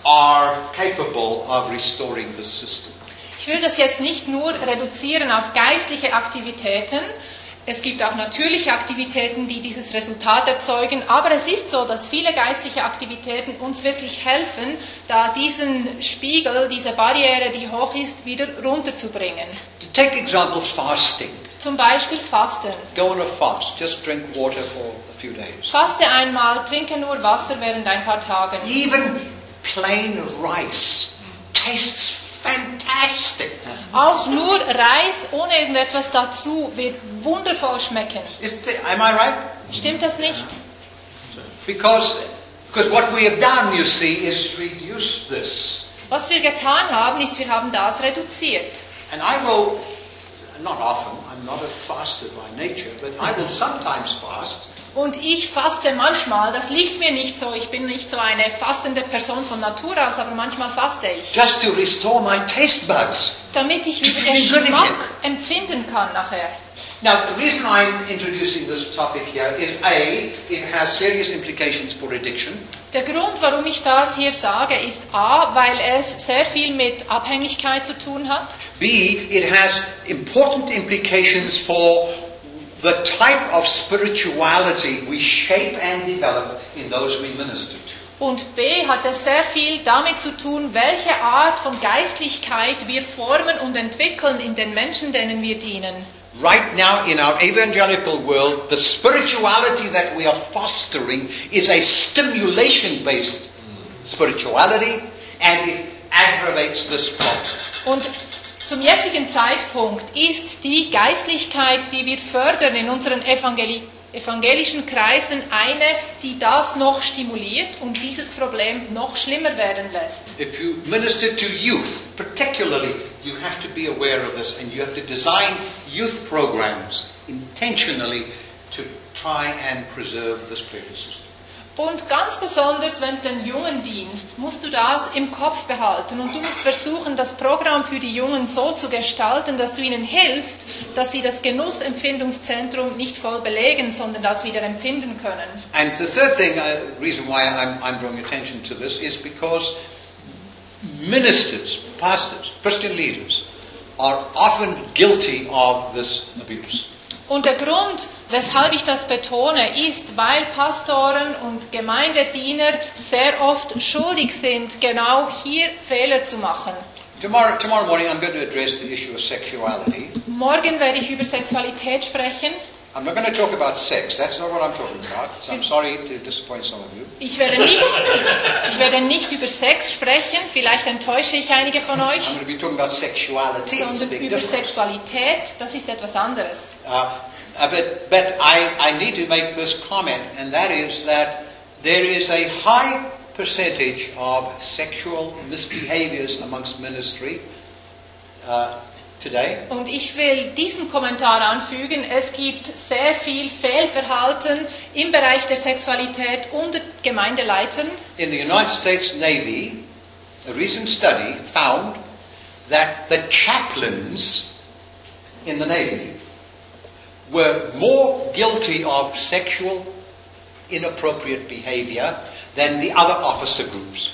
Speaker 1: are capable of restoring the system.
Speaker 2: Ich will das jetzt nicht nur reduzieren auf geistliche Aktivitäten. Es gibt auch natürliche Aktivitäten, die dieses Resultat erzeugen. Aber es ist so, dass viele geistliche Aktivitäten uns wirklich helfen, da diesen Spiegel, diese Barriere, die hoch ist, wieder runterzubringen.
Speaker 1: To take example fasting.
Speaker 2: Zum Beispiel Fasten.
Speaker 1: Go on a fast. Just drink water for a few days.
Speaker 2: Faste einmal, trinke nur Wasser während ein paar Tagen.
Speaker 1: Even plain rice tastes fantastic.
Speaker 2: Auch nur Reis ohne irgendetwas dazu wird wundervoll schmecken.
Speaker 1: Is the, am I right?
Speaker 2: Stimmt das nicht?
Speaker 1: Because, because what we have done, you see, is reduce this.
Speaker 2: Was wir getan haben, ist, wir haben das reduziert.
Speaker 1: And I will, not often, I'm not a faster by nature, but I will sometimes fast.
Speaker 2: Und ich faste manchmal, das liegt mir nicht so, ich bin nicht so eine fastende Person von Natur aus, aber manchmal faste ich,
Speaker 1: Just to restore my taste buds.
Speaker 2: damit ich wieder den Geschmack empfinden kann nachher.
Speaker 1: Now, the reason I'm introducing this topic here is A, it has serious implications for addiction,
Speaker 2: Der Grund, warum ich das hier sage, ist A, weil es sehr viel mit Abhängigkeit zu tun hat.
Speaker 1: B, it has important implications for the type of spirituality we shape and develop in those we minister to.
Speaker 2: Und B hat es sehr viel damit zu tun, welche Art von Geistlichkeit wir formen und entwickeln in den Menschen, denen wir dienen.
Speaker 1: Right now in our evangelical world, the spirituality that we are fostering is a stimulation based spirituality and it aggravates this plot.
Speaker 2: Und zum jetzigen Zeitpunkt ist die Geistlichkeit, die wir fördern in unseren Evangeli evangelischen Kreisen, eine, die das noch stimuliert und dieses Problem noch schlimmer werden lässt.
Speaker 1: If you minister to youth, particularly, you have to be aware of this and you have to design youth programs intentionally to try and preserve this pleasure system.
Speaker 2: Und ganz besonders, wenn du den Jungen dienst, musst du das im Kopf behalten und du musst versuchen, das Programm für die Jungen so zu gestalten, dass du ihnen hilfst, dass sie das Genussempfindungszentrum nicht voll belegen, sondern das wieder empfinden können.
Speaker 1: And the third thing, uh, reason why I'm, I'm drawing attention to this is because ministers, pastors, Christian leaders are often guilty of this abuse.
Speaker 2: Und der Grund, weshalb ich das betone, ist, weil Pastoren und Gemeindediener sehr oft schuldig sind, genau hier Fehler zu machen.
Speaker 1: Tomorrow, tomorrow morning, I'm going to address the issue of sexuality.
Speaker 2: Morgen werde ich über Sexualität sprechen.
Speaker 1: I'm not going to talk about sex. That's not what I'm talking about. So I'm sorry to disappoint some of you.
Speaker 2: Ich werde nicht, ich werde nicht über Sex sprechen, vielleicht enttäusche ich einige von
Speaker 1: I'm
Speaker 2: euch,
Speaker 1: going to be talking about sexuality. It's a
Speaker 2: sondern
Speaker 1: big
Speaker 2: über
Speaker 1: difference.
Speaker 2: Sexualität, das ist etwas anderes.
Speaker 1: Uh, uh, but but I, I need to make this comment, and that is that there is a high percentage of sexual misbehaviors amongst ministry uh, today.
Speaker 2: Und ich will diesen Kommentar anfügen, es gibt sehr viel Fehlverhalten im Bereich der Sexualität unter Gemeindeleitern.
Speaker 1: In the United States Navy, a recent study found that the chaplains in the Navy were more guilty of sexual inappropriate behavior than the other officer groups.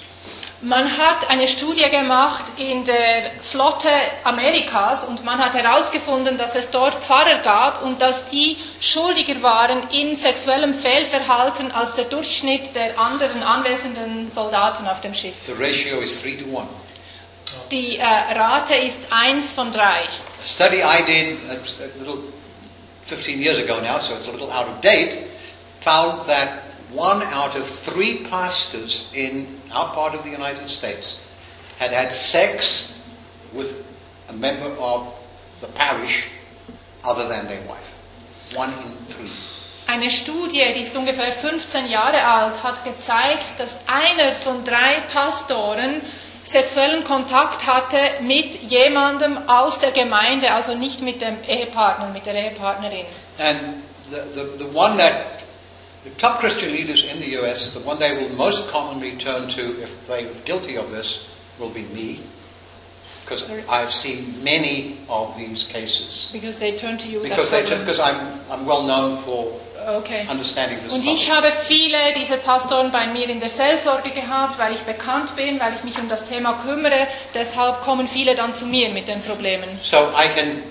Speaker 2: Man hat eine Studie gemacht in der Flotte Amerikas und man hat herausgefunden, dass es dort Pfarrer gab und dass die schuldiger waren in sexuellem Fehlverhalten als der Durchschnitt der anderen anwesenden Soldaten auf dem Schiff.
Speaker 1: The ratio is three to one.
Speaker 2: Die äh, Rate ist eins von drei.
Speaker 1: A study I did a a little 15 years ago now, so it's a little out of date, found that one out of three pastors in our part of the United States had had sex with a member of the parish other than their wife. One in three.
Speaker 2: Eine Studie, die ist ungefähr 15 Jahre alt, hat gezeigt, dass einer von drei Pastoren sexuellen Kontakt hatte mit jemandem aus der Gemeinde, also nicht mit dem Ehepartner, mit der Ehepartnerin.
Speaker 1: And the, the, the one that the top Christian leaders in the US, the one they will most commonly turn to if they are guilty of this, will be me. Because I've seen many of these cases.
Speaker 2: Because they turn to you with
Speaker 1: Because
Speaker 2: that
Speaker 1: they,
Speaker 2: problem.
Speaker 1: because I'm, I'm well known for
Speaker 2: Okay.
Speaker 1: understanding this
Speaker 2: Und ich
Speaker 1: topic.
Speaker 2: habe viele dieser Pastoren bei mir in der Seelsorge gehabt, weil ich bekannt bin, weil ich mich um das Thema kümmere. Deshalb kommen viele dann zu mir mit den Problemen.
Speaker 1: So I can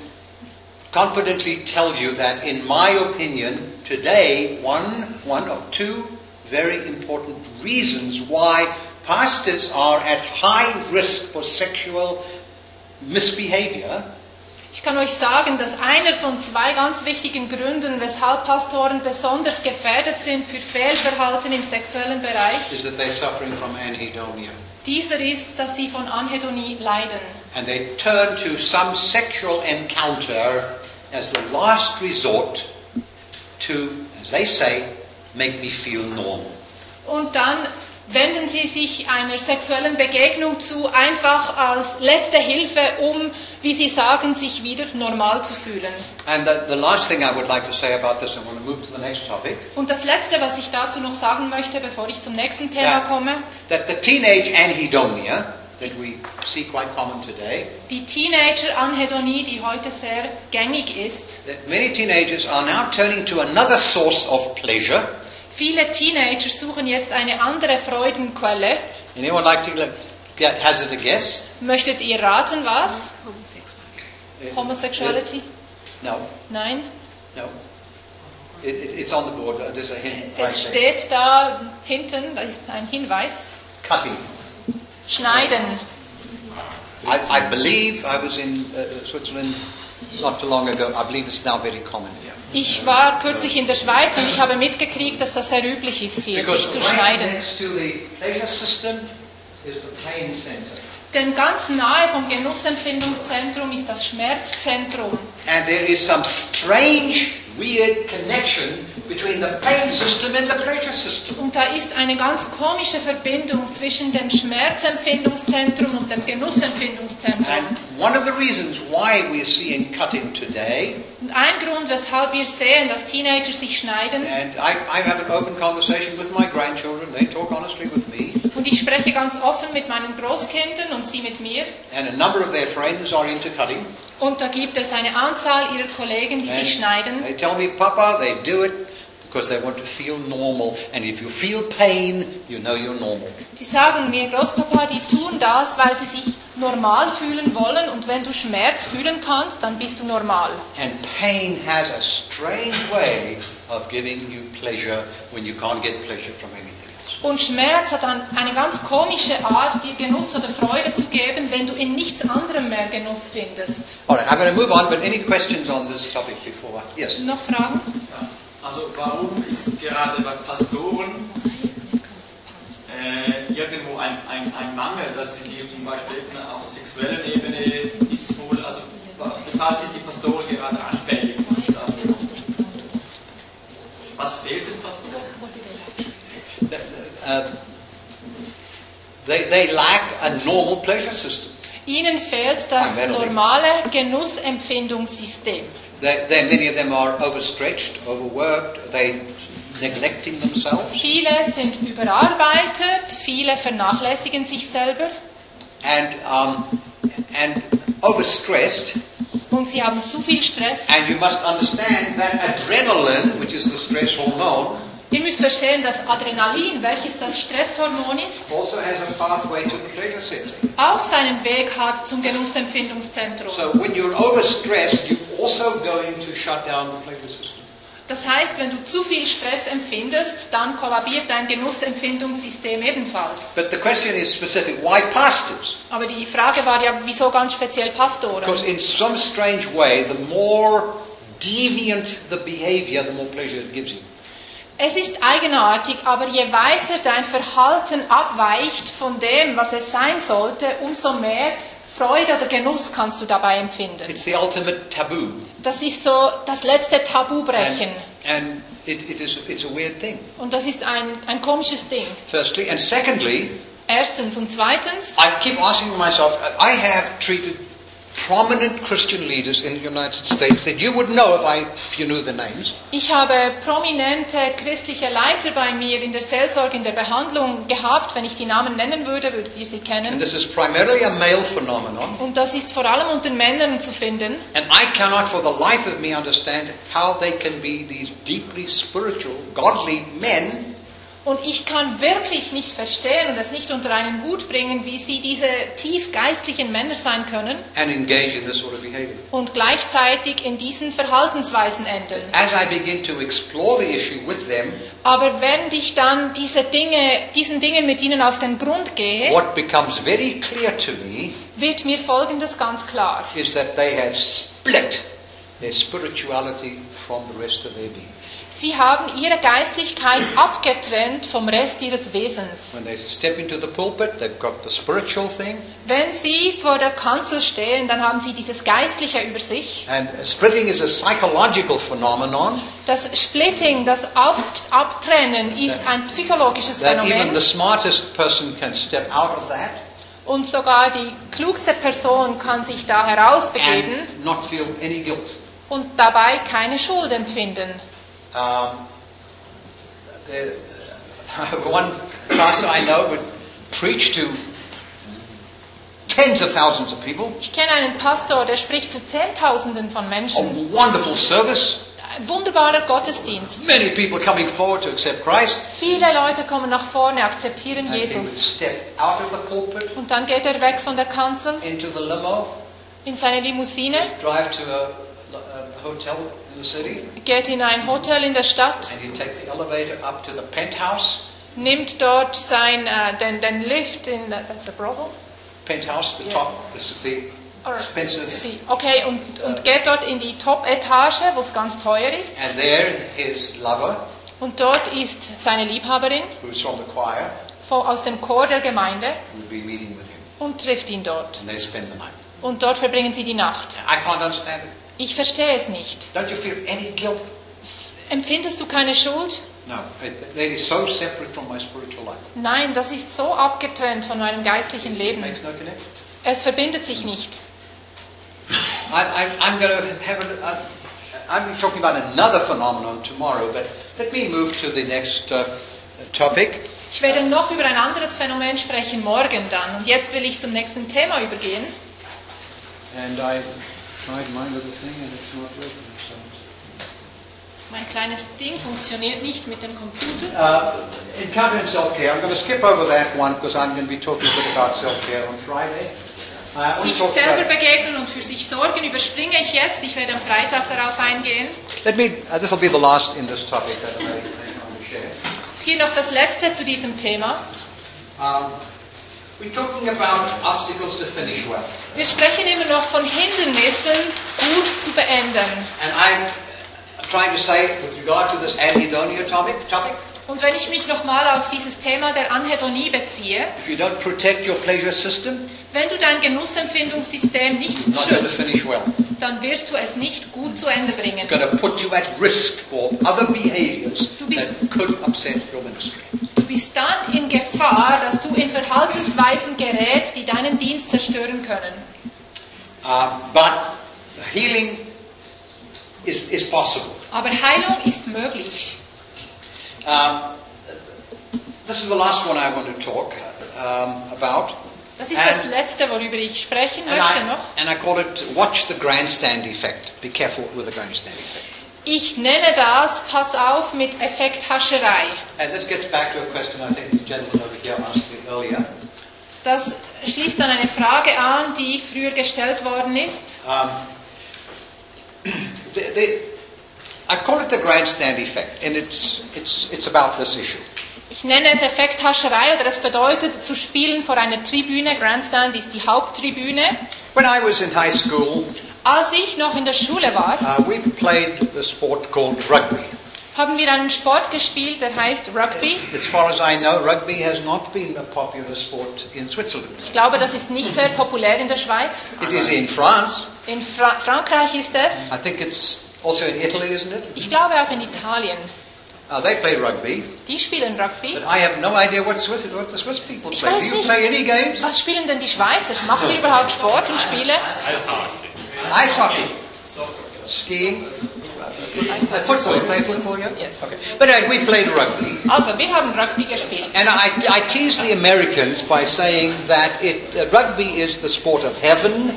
Speaker 1: confidently tell you that, in my opinion, today one one of two very important reasons why pastors are at high risk for sexual misbehavior
Speaker 2: Ich kann euch sagen, dass einer von zwei ganz wichtigen Gründen, weshalb Pastoren besonders gefährdet sind für Fehlverhalten im sexuellen Bereich,
Speaker 1: is that they're suffering from anhedonia.
Speaker 2: dieser ist, dass sie von Anhedonie leiden.
Speaker 1: And they turn to some sexual encounter as the last resort to, as they say, make me feel normal.
Speaker 2: Und dann wenden sie sich einer sexuellen Begegnung zu, einfach als letzte Hilfe, um, wie sie sagen, sich wieder normal zu fühlen.
Speaker 1: And the, the last thing I would like to say about this, and I want to move to the next topic,
Speaker 2: Und das Letzte, was ich dazu noch sagen möchte, bevor ich zum nächsten Thema
Speaker 1: Ja.
Speaker 2: komme,
Speaker 1: that the teenage anhedonia that we see quite common today,
Speaker 2: die Teenager-Anhedonie, die heute sehr gängig ist.
Speaker 1: that many teenagers are now turning to another source of pleasure.
Speaker 2: Viele Teenager suchen jetzt eine andere Freudenquelle.
Speaker 1: Anyone like to let- get, hazard a guess?
Speaker 2: Möchtet ihr raten, was?
Speaker 4: homosexual.
Speaker 2: Uh, Homosexuality?
Speaker 1: Uh, No,
Speaker 2: Nein?
Speaker 1: no. It, it, it's on the board. Uh, There's a hint. right
Speaker 2: Es
Speaker 1: there.
Speaker 2: steht da hinten, da ist ein Hinweis.
Speaker 1: Cutting.
Speaker 2: Schneiden.
Speaker 1: I, I believe I was in uh, Switzerland not too long ago. I believe it's now very common here.
Speaker 2: Ich war kürzlich in der Schweiz und ich habe mitgekriegt, dass das sehr üblich ist, hier sich zu
Speaker 1: right
Speaker 2: schneiden.
Speaker 1: next to the pleasure system is the pain center.
Speaker 2: Denn ganz nahe vom Genussempfindungszentrum ist das Schmerzzentrum.
Speaker 1: And there is some strange, weird connection between the pain system and the pleasure system.
Speaker 2: Und da ist eine ganz komische Verbindung zwischen dem Schmerzempfindungszentrum und dem Genussempfindungszentrum.
Speaker 1: And one of the reasons why we're seeing cutting today,
Speaker 2: Und ein Grund, weshalb wir sehen, dass Teenager sich schneiden,
Speaker 1: and I, I have an open conversation with my grandchildren, they talk honestly with me,
Speaker 2: und ich spreche ganz offen mit meinen Großkindern und sie mit mir,
Speaker 1: and a number of their friends are into cutting.
Speaker 2: und da gibt es eine Anzahl ihrer Kollegen, die sich
Speaker 1: And
Speaker 2: schneiden.
Speaker 1: they tell me, Papa, they do it because they want to feel normal. And if you feel pain, you know you're normal.
Speaker 2: Die sagen mir, Großpapa, die tun das, weil sie sich normal fühlen wollen, und wenn du Schmerz fühlen kannst, dann bist du normal.
Speaker 1: And pain has a strange way of giving you pleasure when you can't get pleasure from anything else.
Speaker 2: Und Schmerz hat dann eine ganz komische Art, dir Genuss oder Freude zu geben, wenn du in nichts anderem mehr Genuss findest.
Speaker 1: All right, I'm going to move on, but any questions on this topic before? I- Yes.
Speaker 2: Noch Fragen?
Speaker 6: Ja. Also warum ist gerade bei Pastoren äh, irgendwo ein, ein, ein Mangel, dass sie die zum Beispiel eben auf der sexuellen Ebene ist wohl, also wa- weshalb sind die Pastoren gerade anfällig? Also, Was fehlt den Pastoren?
Speaker 1: Uh, they, they lack a normal pleasure system.
Speaker 2: Ihnen fehlt das
Speaker 1: Nein, Vero.
Speaker 2: normale Genussempfindungssystem.
Speaker 1: They, they, many of them are overstretched, overworked, they neglecting themselves.
Speaker 2: Viele sind überarbeitet, viele vernachlässigen sich selber
Speaker 1: and um, and overstressed.
Speaker 2: und sie haben zu viel Stress.
Speaker 1: And you must understand that adrenaline, which is the stress hormone,
Speaker 2: Ihr müsst verstehen, dass Adrenalin, welches das Stresshormon ist,
Speaker 1: also has a pathway to the pleasure center.
Speaker 2: auch seinen Weg hat zum Genussempfindungszentrum.
Speaker 1: So when you're overstressed, you're also going to shut down the pleasure system.
Speaker 2: Das heißt, wenn du zu viel Stress empfindest, dann kollabiert dein Genussempfindungssystem ebenfalls.
Speaker 1: But the question is specific. Why pastors?
Speaker 2: Aber die Frage war ja, wieso ganz speziell
Speaker 1: Because
Speaker 2: Pastoren?
Speaker 1: in some strange way, the more deviant the behavior, the more pleasure it gives you.
Speaker 2: Es ist eigenartig, aber je weiter dein Verhalten abweicht von dem, was es sein sollte, umso mehr Freude oder Genuss kannst du dabei empfinden.
Speaker 1: It's the ultimate taboo.
Speaker 2: Das ist so das letzte Tabubrechen.
Speaker 1: And, and it, it is, it's a weird thing,
Speaker 2: Und das ist ein, ein komisches Ding.
Speaker 1: firstly. And secondly,
Speaker 2: Erstens und zweitens,
Speaker 1: I keep asking myself, I have treated prominent Christian leaders in the United States that you would know if, I, if you knew the names.
Speaker 2: ich habe prominente christliche Leiter bei mir in der Seelsorge, in der Behandlung gehabt. Wenn ich die Namen nennen würde, würdet ihr sie
Speaker 1: And
Speaker 2: kennen.
Speaker 1: this is primarily a male phenomenon.
Speaker 2: Und das ist vor allem unter Männern zu finden.
Speaker 1: And I cannot for the life of me understand how they can be these deeply spiritual, godly men
Speaker 2: Und ich kann wirklich nicht verstehen und es nicht unter einen Hut bringen, wie sie diese tief geistlichen Männer sein können
Speaker 1: and engage in this sort of behavior.
Speaker 2: und gleichzeitig in diesen Verhaltensweisen enden.
Speaker 1: As I begin to explore the issue with them,
Speaker 2: Aber wenn ich dann diese Dinge, diesen Dingen mit ihnen auf den Grund gehe,
Speaker 1: what becomes very clear to me
Speaker 2: wird mir Folgendes ganz klar.
Speaker 1: is that they have split their spirituality from the rest of their being.
Speaker 2: Sie haben ihre Geistlichkeit abgetrennt vom Rest ihres Wesens.
Speaker 1: When they step into the pulpit, they've got the spiritual thing,
Speaker 2: Wenn sie vor der Kanzel stehen, dann haben sie dieses Geistliche über sich
Speaker 1: and splitting is a psychological phenomenon
Speaker 2: Das Splitting, das Auf Abtrennen ist ein psychologisches
Speaker 1: that even
Speaker 2: Phänomen
Speaker 1: the smartest person can step out of that
Speaker 2: und sogar die klugste Person kann sich da herausbegeben
Speaker 1: and not feel any guilt.
Speaker 2: und dabei keine Schuld empfinden.
Speaker 1: Um, the, Uh, one pastor I know would preach to tens of thousands of people.
Speaker 2: Ich kenne einen Pastor, der spricht zu Zehntausenden von
Speaker 1: A
Speaker 2: Menschen.
Speaker 1: wonderful service.
Speaker 2: Ein Wunderbarer Gottesdienst.
Speaker 1: Many people coming forward to accept Christ.
Speaker 2: Viele Leute kommen nach vorne, akzeptieren
Speaker 1: And he would
Speaker 2: Jesus.
Speaker 1: step out of the pulpit
Speaker 2: Und dann geht er weg von der Kanzel
Speaker 1: into the limo,
Speaker 2: in seine Limousine,
Speaker 1: drive to a, a hotel in the city,
Speaker 2: geht in ein Hotel in der Stadt,
Speaker 1: and he'd take the elevator up to the penthouse.
Speaker 2: nimmt dort sein, äh, den, den Lift in, that's a brothel?
Speaker 1: Penthouse, the top, this is the
Speaker 2: Or-
Speaker 1: expensive.
Speaker 2: Die- Okay, und, und geht dort in die Top-Etage, wo es ganz teuer ist.
Speaker 1: And there, his lover,
Speaker 2: Und dort ist seine Liebhaberin
Speaker 1: who's from the choir,
Speaker 2: von, aus dem Chor der Gemeinde
Speaker 1: would be meeting with him.
Speaker 2: und trifft ihn dort.
Speaker 1: And they spend the night.
Speaker 2: Und dort verbringen sie die Nacht.
Speaker 1: I can't understand it.
Speaker 2: Ich verstehe es nicht.
Speaker 1: Don't you feel any guilt?
Speaker 2: Empfindest du keine Schuld?
Speaker 1: No, it, that is so separate from my spiritual life.
Speaker 2: Nein, das ist so abgetrennt von meinem geistlichen
Speaker 1: It
Speaker 2: Leben.
Speaker 1: makes no connection.
Speaker 2: Es verbindet sich nicht.
Speaker 1: I, I, I'm going to have a. a I'm talking about another phenomenon tomorrow, but let me move to the next uh, topic.
Speaker 2: Ich werde noch über ein anderes Phänomen sprechen morgen dann. Und jetzt will ich zum nächsten Thema übergehen.
Speaker 1: And I tried my little thing and it's not working. So.
Speaker 2: Mein kleines Ding funktioniert nicht mit dem Computer.
Speaker 1: Uh, encounter and self-care. I'm going to skip over that one because I'm going to be talking a bit about self-care on Friday. Uh, I want
Speaker 2: sich
Speaker 1: to talk
Speaker 2: selber
Speaker 1: about-
Speaker 2: begegnen und für sich sorgen, überspringe ich jetzt. Ich werde am Freitag darauf eingehen.
Speaker 1: Let me. Uh, this will be the last in this topic that I want to share.
Speaker 2: Und hier noch das Letzte zu diesem Thema.
Speaker 1: Um, we're talking about obstacles to finish well,
Speaker 2: Wir sprechen immer noch von Hindernissen gut zu beenden.
Speaker 1: and I'm trying to say with regard to this anhedonia topic. Topic:
Speaker 2: Und wenn ich mich nochmal auf dieses Thema der Anhedonie beziehe,
Speaker 1: If you don't protect your pleasure system,
Speaker 2: wenn du dein Genussempfindungssystem nicht
Speaker 1: you're not going to
Speaker 2: schützt,
Speaker 1: finish well.
Speaker 2: dann wirst du es nicht gut zu Ende bringen.
Speaker 1: It's going to put you at risk for other behaviors
Speaker 2: To be-
Speaker 1: that could upset your ministry.
Speaker 2: Du bist dann in Gefahr, dass du in Verhaltensweisen gerät, die deinen Dienst zerstören können.
Speaker 1: Uh, but healing is, is possible.
Speaker 2: Aber Heilung ist möglich.
Speaker 1: Um, this is the last one I want to talk um, about.
Speaker 2: Das ist das
Speaker 1: And-
Speaker 2: Letzte, worüber ich sprechen
Speaker 1: And
Speaker 2: möchte
Speaker 1: I,
Speaker 2: noch.
Speaker 1: and I call it watch the grandstand effect. Be careful with the grandstand effect.
Speaker 2: Ich nenne das, pass auf, mit Effekthascherei.
Speaker 1: And this gets back to a question I think the gentleman over here asked me earlier.
Speaker 2: Das schließt an eine Frage an, die früher gestellt worden ist.
Speaker 1: Um, (clears throat) the, the, I call it the grandstand effect, and it's, it's, it's about this issue.
Speaker 2: Ich nenne es Effekthascherei oder es bedeutet zu spielen vor einer Tribüne. Grandstand ist die Haupttribüne.
Speaker 1: When I was in high school,
Speaker 2: Als ich noch in der Schule war,
Speaker 1: uh, we played the sport called rugby.
Speaker 2: haben wir einen Sport gespielt, der heißt Rugby.
Speaker 1: As far as I know, rugby has not been a popular sport in Switzerland.
Speaker 2: Ich glaube, das ist nicht sehr populär in der Schweiz.
Speaker 1: It is in France.
Speaker 2: In Fra Frankreich ist es.
Speaker 1: I think it's also in Italy, isn't it?
Speaker 2: Ich glaube auch in Italien.
Speaker 1: Uh, they play rugby,
Speaker 2: Die spielen Rugby.
Speaker 1: but I have no idea what Swiss what the Swiss people
Speaker 2: Ich
Speaker 1: play.
Speaker 2: weiß
Speaker 1: Do you
Speaker 2: nicht.
Speaker 1: play any games?
Speaker 2: Was spielen denn die Schweizer? Machen die überhaupt Sport und Spiele?
Speaker 1: Ice hockey, skiing, uh, football. You play football, yeah?
Speaker 2: Yes.
Speaker 1: Okay. But uh, we played rugby.
Speaker 2: Also, wir haben Rugby gespielt.
Speaker 1: And I, I tease the Americans by saying that it, uh, rugby is the sport of heaven,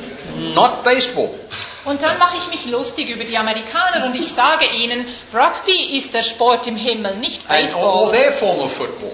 Speaker 1: not baseball.
Speaker 2: Und dann mache ich mich lustig über die Amerikaner und ich sage ihnen, Rugby ist der Sport im Himmel, nicht
Speaker 1: And all, all
Speaker 2: Baseball.
Speaker 1: their form of football,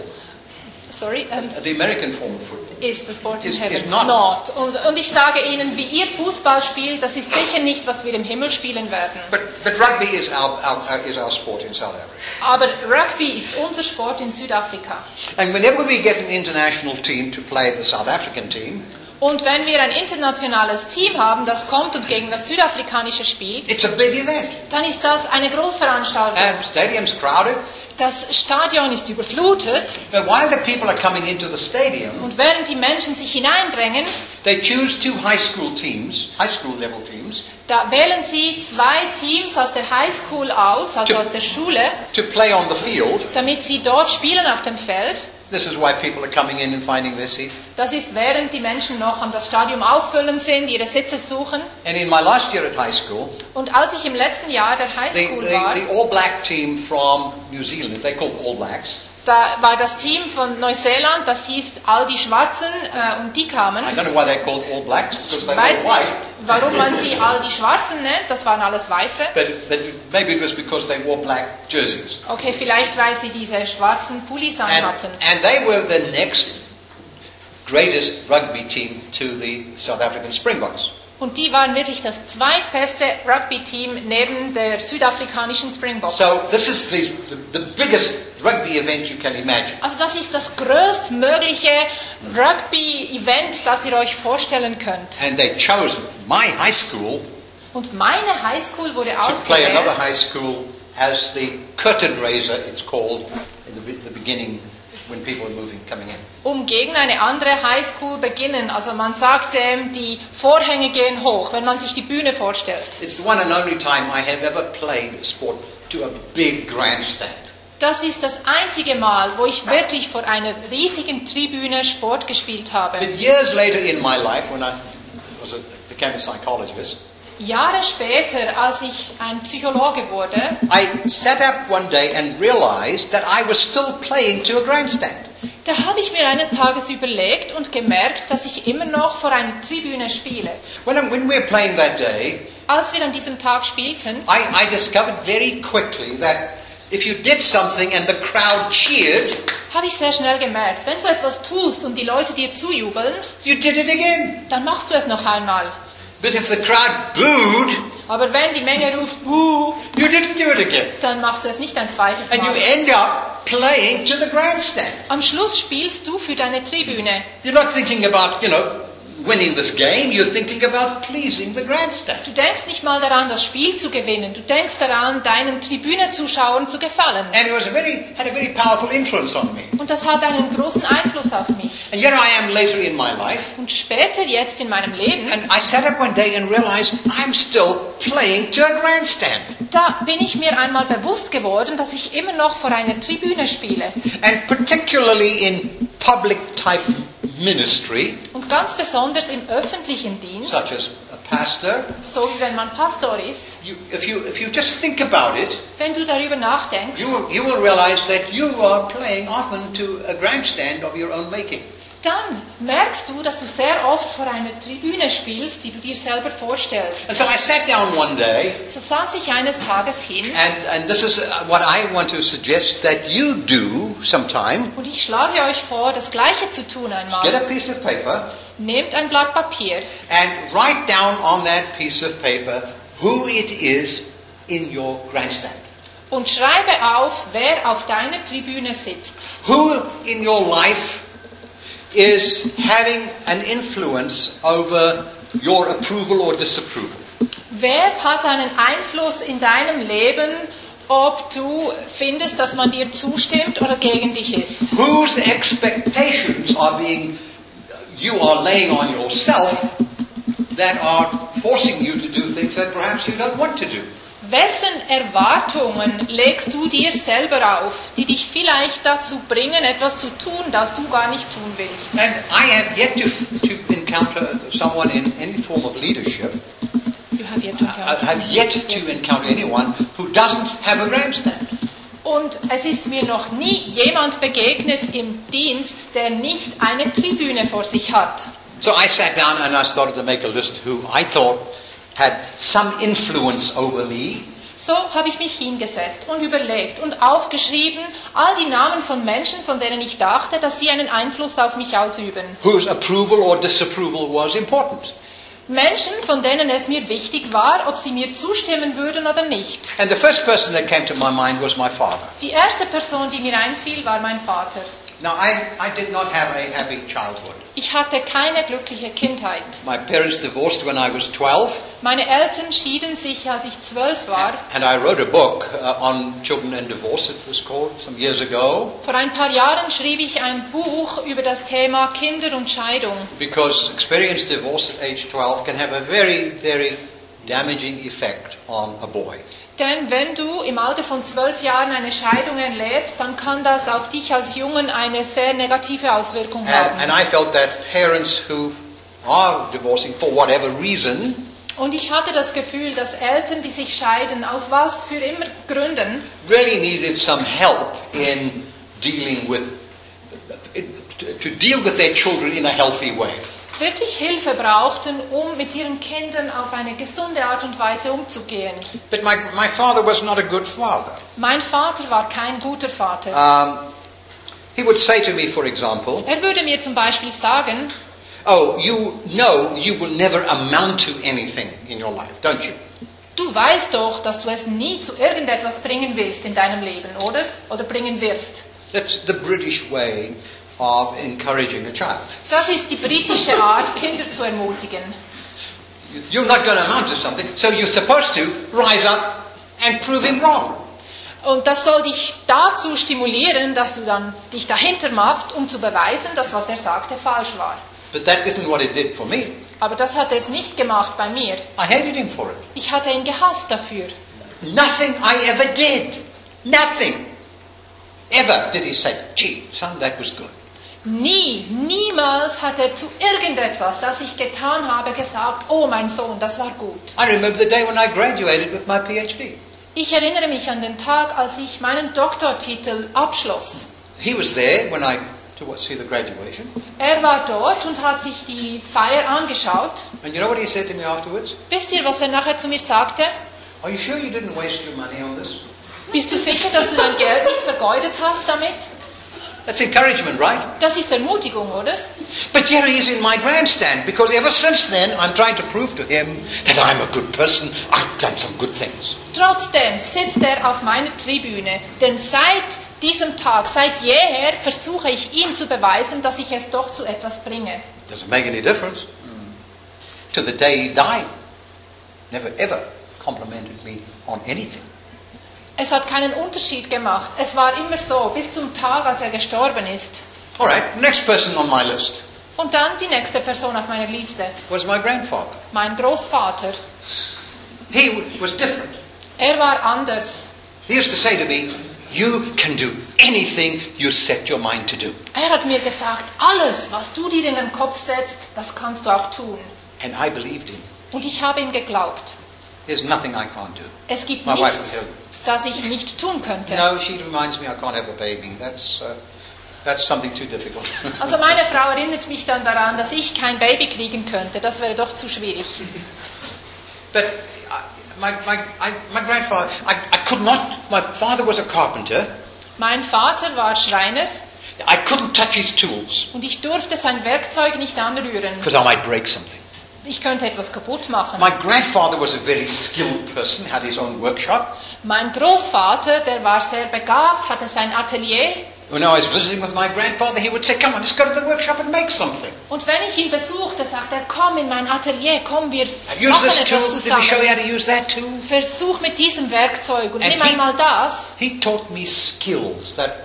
Speaker 2: Sorry, ähm,
Speaker 1: uh, the American form of football.
Speaker 2: ist der Sport im
Speaker 1: Is-
Speaker 2: Himmel.
Speaker 1: is not.
Speaker 2: Not. Und, und ich sage ihnen, wie ihr Fußball spielt, das ist sicher nicht, was wir im Himmel spielen werden.
Speaker 1: But, but rugby is our, our, our, is our sport in South Africa.
Speaker 2: Aber Rugby ist unser Sport in Südafrika.
Speaker 1: And whenever we get an international team to play the South African team,
Speaker 2: Und wenn wir ein internationales Team haben, das kommt und gegen das südafrikanische spielt,
Speaker 1: it's a big event.
Speaker 2: dann ist das eine Großveranstaltung.
Speaker 1: And stadium's crowded.
Speaker 2: Das Stadion ist überflutet
Speaker 1: But while the people are coming into the stadium,
Speaker 2: und während die Menschen sich hineindrängen,
Speaker 1: they choose two high school teams, high school level teams,
Speaker 2: da wählen sie zwei Teams aus der Highschool aus, also
Speaker 1: Tja.
Speaker 2: aus der Schule,
Speaker 1: to play on the field.
Speaker 2: damit sie dort spielen auf dem Feld.
Speaker 1: This is why people are coming in and finding their seat.
Speaker 2: Das ist während die Menschen noch am das Stadion auffüllen sind, ihre Sitze suchen.
Speaker 1: And in my last year at high school,
Speaker 2: Und als ich im letzten Jahr der
Speaker 1: the,
Speaker 2: Highschool war,
Speaker 1: the, the All Black team from New Zealand, they call them All Blacks.
Speaker 2: da war das Team von Neuseeland, das hieß all die Schwarzen äh, und die kamen.
Speaker 1: I don't know why they're called All Blacks because
Speaker 2: Ich
Speaker 1: they
Speaker 2: weiß
Speaker 1: were white.
Speaker 2: nicht, warum man sie all die Schwarzen nennt, das waren alles Weiße.
Speaker 1: But, but maybe it was because they wore black jerseys.
Speaker 2: Okay, vielleicht weil sie diese schwarzen Pullis
Speaker 1: And,
Speaker 2: anhatten.
Speaker 1: and they were the next greatest rugby team to the South African Springboks.
Speaker 2: Und die waren wirklich das zweitbeste Rugby-Team neben der südafrikanischen Springboks.
Speaker 1: So this is the, the, the biggest rugby event you can imagine.
Speaker 2: Also das ist das größtmögliche Rugby-Event, das ihr euch vorstellen könnt.
Speaker 1: And they chose my high school
Speaker 2: Und meine Highschool wurde
Speaker 1: to play another
Speaker 2: ausgewählt.
Speaker 1: high school as the curtain raiser, it's called, in the, be- the beginning when people are moving, coming in.
Speaker 2: um gegen eine andere Highschool beginnen. Also man sagt, ähm, die Vorhänge gehen hoch, wenn man sich die Bühne vorstellt.
Speaker 1: It's the one and only time I have ever played a sport to a big grandstand.
Speaker 2: Das ist das einzige Mal, wo ich wirklich vor einer riesigen Tribüne Sport gespielt habe.
Speaker 1: But years later in my life, when I was a, became a psychologist,
Speaker 2: Jahre später, als ich ein Psychologe wurde,
Speaker 1: I sat up one day and realized that I was still playing to a grandstand.
Speaker 2: da habe ich mir eines Tages überlegt und gemerkt, dass ich immer noch vor einer Tribüne spiele.
Speaker 1: When, I- when we were playing that day,
Speaker 2: Als wir an diesem Tag spielten,
Speaker 1: I, I discovered very quickly that if you did something and the crowd cheered,
Speaker 2: habe ich sehr schnell gemerkt, wenn du etwas tust und die Leute dir zujubeln,
Speaker 1: you did it again.
Speaker 2: dann machst du es noch einmal.
Speaker 1: But if the crowd booed,
Speaker 2: Aber wenn die Menge ruft, Buh,
Speaker 1: you didn't do it again.
Speaker 2: dann machst du es nicht ein zweites
Speaker 1: And you
Speaker 2: Mal.
Speaker 1: end up playing to the grandstand.
Speaker 2: Am Schluss spielst du für deine Tribüne.
Speaker 1: You're not thinking about, you know, winning this game. You're thinking about pleasing the grandstand.
Speaker 2: Du denkst nicht mal daran, das Spiel zu gewinnen. Du denkst daran, deinen Tribünezuschauern zu gefallen.
Speaker 1: And it was a very, had a very powerful influence on me.
Speaker 2: Und das hat einen großen Einfluss auf mich.
Speaker 1: And yet I am later in my life.
Speaker 2: Und später jetzt in meinem Leben,
Speaker 1: And I sat up one day and realized I'm still playing to a grandstand.
Speaker 2: da bin ich mir einmal bewusst geworden, dass ich immer noch vor einer Tribüne spiele.
Speaker 1: And particularly in public type ministry,
Speaker 2: Und ganz besonders im öffentlichen Dienst,
Speaker 1: such as a pastor,
Speaker 2: so wie wenn man Pastor ist,
Speaker 1: you, if, you, if you just think about it,
Speaker 2: wenn du darüber nachdenkst,
Speaker 1: you will, you will realize that you are playing often to a grandstand of your own making.
Speaker 2: dann merkst du, dass du sehr oft vor einer Tribüne spielst, die du dir selber vorstellst.
Speaker 1: And so I sat down one day
Speaker 2: So saß ich eines Tages hin
Speaker 1: And, and this is uh, what I want to suggest that you do sometime.
Speaker 2: und ich schlage euch vor, das Gleiche zu tun
Speaker 1: Get
Speaker 2: einmal.
Speaker 1: a piece of paper
Speaker 2: Nehmt ein Blatt Papier
Speaker 1: and write down on that piece of paper who it is in your grandstand.
Speaker 2: und schreibe auf, wer auf deiner Tribüne sitzt.
Speaker 1: Who in your life is having an influence over your approval or disapproval?
Speaker 2: Wer hat einen Einfluss in deinem Leben, ob du findest, dass man dir zustimmt oder gegen dich ist.
Speaker 1: whose expectations are being you are laying on yourself that are forcing you to do things that perhaps you don't want to do.
Speaker 2: Wessen Erwartungen legst du dir selber auf, die dich vielleicht dazu bringen, etwas zu tun, das du gar nicht tun willst?
Speaker 1: And I have yet to, to encounter someone in any form of leadership.
Speaker 2: You have yet to
Speaker 1: I
Speaker 2: count.
Speaker 1: have yet to encounter anyone who doesn't have arranged that.
Speaker 2: Und es ist mir noch nie jemand begegnet im Dienst, der nicht eine Tribüne vor sich hat.
Speaker 1: So I sat down and I started to make a list who I thought had some influence over me
Speaker 2: So habe ich mich hingesetzt und überlegt und aufgeschrieben all die Namen von Menschen, von denen ich dachte, dass sie einen Einfluss auf mich ausüben.
Speaker 1: whose approval or disapproval was important.
Speaker 2: Menschen, von denen es mir wichtig war, ob sie mir zustimmen würden oder nicht.
Speaker 1: And the first person that came to my mind was my father.
Speaker 2: Die erste Person, die mir einfiel, war mein Vater.
Speaker 1: Now, I, I did not have a happy childhood.
Speaker 2: Ich hatte keine glückliche Kindheit.
Speaker 1: My parents divorced when I was 12,
Speaker 2: Meine Eltern schieden sich, als ich zwölf war.
Speaker 1: and I wrote a book uh, on children and divorce, it was called, some years ago,
Speaker 2: Vor ein paar Jahren schrieb ich ein Buch über das Thema Kinder und Scheidung.
Speaker 1: because experienced divorce at age 12 can have a very, very damaging effect on a boy.
Speaker 2: Denn wenn du im Alter von zwölf Jahren eine Scheidung erlebst, dann kann das auf dich als Jungen eine sehr negative Auswirkung
Speaker 1: And, and
Speaker 2: haben.
Speaker 1: I felt that parents who are divorcing for whatever reason
Speaker 2: Und ich hatte das Gefühl, dass Eltern, die sich scheiden, aus was für immer Gründen,
Speaker 1: really needed some help in dealing with, to deal with their children in a healthy way.
Speaker 2: wirklich Hilfe brauchten, um mit ihren Kindern auf eine gesunde Art und Weise umzugehen.
Speaker 1: But my, my father was not a good father.
Speaker 2: Mein Vater war kein guter Vater.
Speaker 1: Um, he would say to me, for example,
Speaker 2: Er würde mir zum Beispiel sagen,
Speaker 1: Oh, you know you will never amount to anything in your life, don't you?
Speaker 2: du weißt doch, dass du es nie zu irgendetwas bringen willst in deinem Leben, oder? Oder bringen wirst.
Speaker 1: That's the British way of encouraging a child.
Speaker 2: Das ist die britische Art, Kinder zu ermutigen.
Speaker 1: You're not going to amount to something, so you're supposed to rise up and prove him wrong.
Speaker 2: Und das soll dich dazu stimulieren, dass du dann dich dahinter machst, um zu beweisen, dass was er sagte falsch war.
Speaker 1: But that isn't what it did for me.
Speaker 2: Aber das hat er es nicht gemacht bei mir.
Speaker 1: I hated him for it.
Speaker 2: Ich hatte ihn gehasst dafür.
Speaker 1: Nothing I ever did, nothing ever did he say, gee, son, that was good.
Speaker 2: Nie, niemals hat er zu irgendetwas, das ich getan habe, gesagt, oh mein Sohn, das war gut.
Speaker 1: I remember the day when I graduated with my PhD.
Speaker 2: Ich erinnere mich an den Tag, als ich meinen Doktortitel abschloss.
Speaker 1: He was there when I to what, see the graduation.
Speaker 2: Er war dort und hat sich die Feier angeschaut.
Speaker 1: And you know what he said to me afterwards?
Speaker 2: Wisst ihr, was er nachher zu mir sagte?
Speaker 1: Are you sure you didn't waste your money on this?
Speaker 2: Bist du sicher, dass du dein Geld nicht vergeudet hast damit?
Speaker 1: That's encouragement, right?
Speaker 2: Das ist Ermutigung, oder?
Speaker 1: But here he is in my grandstand because ever since then I'm trying to prove to him that I'm a good person. I've done some good things.
Speaker 2: Trotzdem sitzt er auf meiner Tribüne, denn seit diesem Tag, seit jeher versuche ich ihm zu beweisen, dass ich es doch zu etwas bringe.
Speaker 1: Doesn't make any difference. To the day he died, never ever complimented me on anything.
Speaker 2: Es hat keinen Unterschied gemacht. Es war immer so, bis zum Tag, als er gestorben ist.
Speaker 1: All right, next person on my list
Speaker 2: Und dann die nächste Person auf meiner Liste,
Speaker 1: was my grandfather.
Speaker 2: mein Großvater.
Speaker 1: He w- was different.
Speaker 2: Er war anders.
Speaker 1: He used to say to me, You can do anything you set your mind to do.
Speaker 2: Er hat mir gesagt, alles, was du dir in den Kopf setzt, das kannst du auch tun.
Speaker 1: And I believed him.
Speaker 2: Und ich habe ihm geglaubt.
Speaker 1: There's nothing I can't do.
Speaker 2: Es gibt
Speaker 1: My wife
Speaker 2: nichts,
Speaker 1: will tell
Speaker 2: das ich nicht tun könnte.
Speaker 1: No, she reminds me I can't have a baby. That's, uh, that's something too difficult. (laughs)
Speaker 2: Also meine Frau erinnert mich dann daran, dass ich kein Baby kriegen könnte. Das wäre doch zu schwierig.
Speaker 1: but I, my, my, I, my grandfather, I, I could not, my father was a carpenter.
Speaker 2: Mein Vater war Schreiner
Speaker 1: I couldn't touch his tools
Speaker 2: und ich durfte sein Werkzeug nicht anrühren.
Speaker 1: because I might break something.
Speaker 2: Ich könnte etwas kaputt machen.
Speaker 1: My grandfather was a very skilled person, had his own workshop.
Speaker 2: Mein Großvater, der war sehr begabt, hatte sein Atelier.
Speaker 1: When I was visiting with my grandfather, he would say, Come on, let's go to the workshop and make something.
Speaker 2: Und wenn ich ihn besuchte, sagt er, komm in mein Atelier, komm, wir
Speaker 1: Use
Speaker 2: machen
Speaker 1: this tool.
Speaker 2: etwas
Speaker 1: Did we show you
Speaker 2: zusammen.
Speaker 1: how to use that tool?
Speaker 2: Versuch mit diesem Werkzeug und
Speaker 1: And
Speaker 2: nimm
Speaker 1: he-
Speaker 2: einmal das.
Speaker 1: He taught me skills that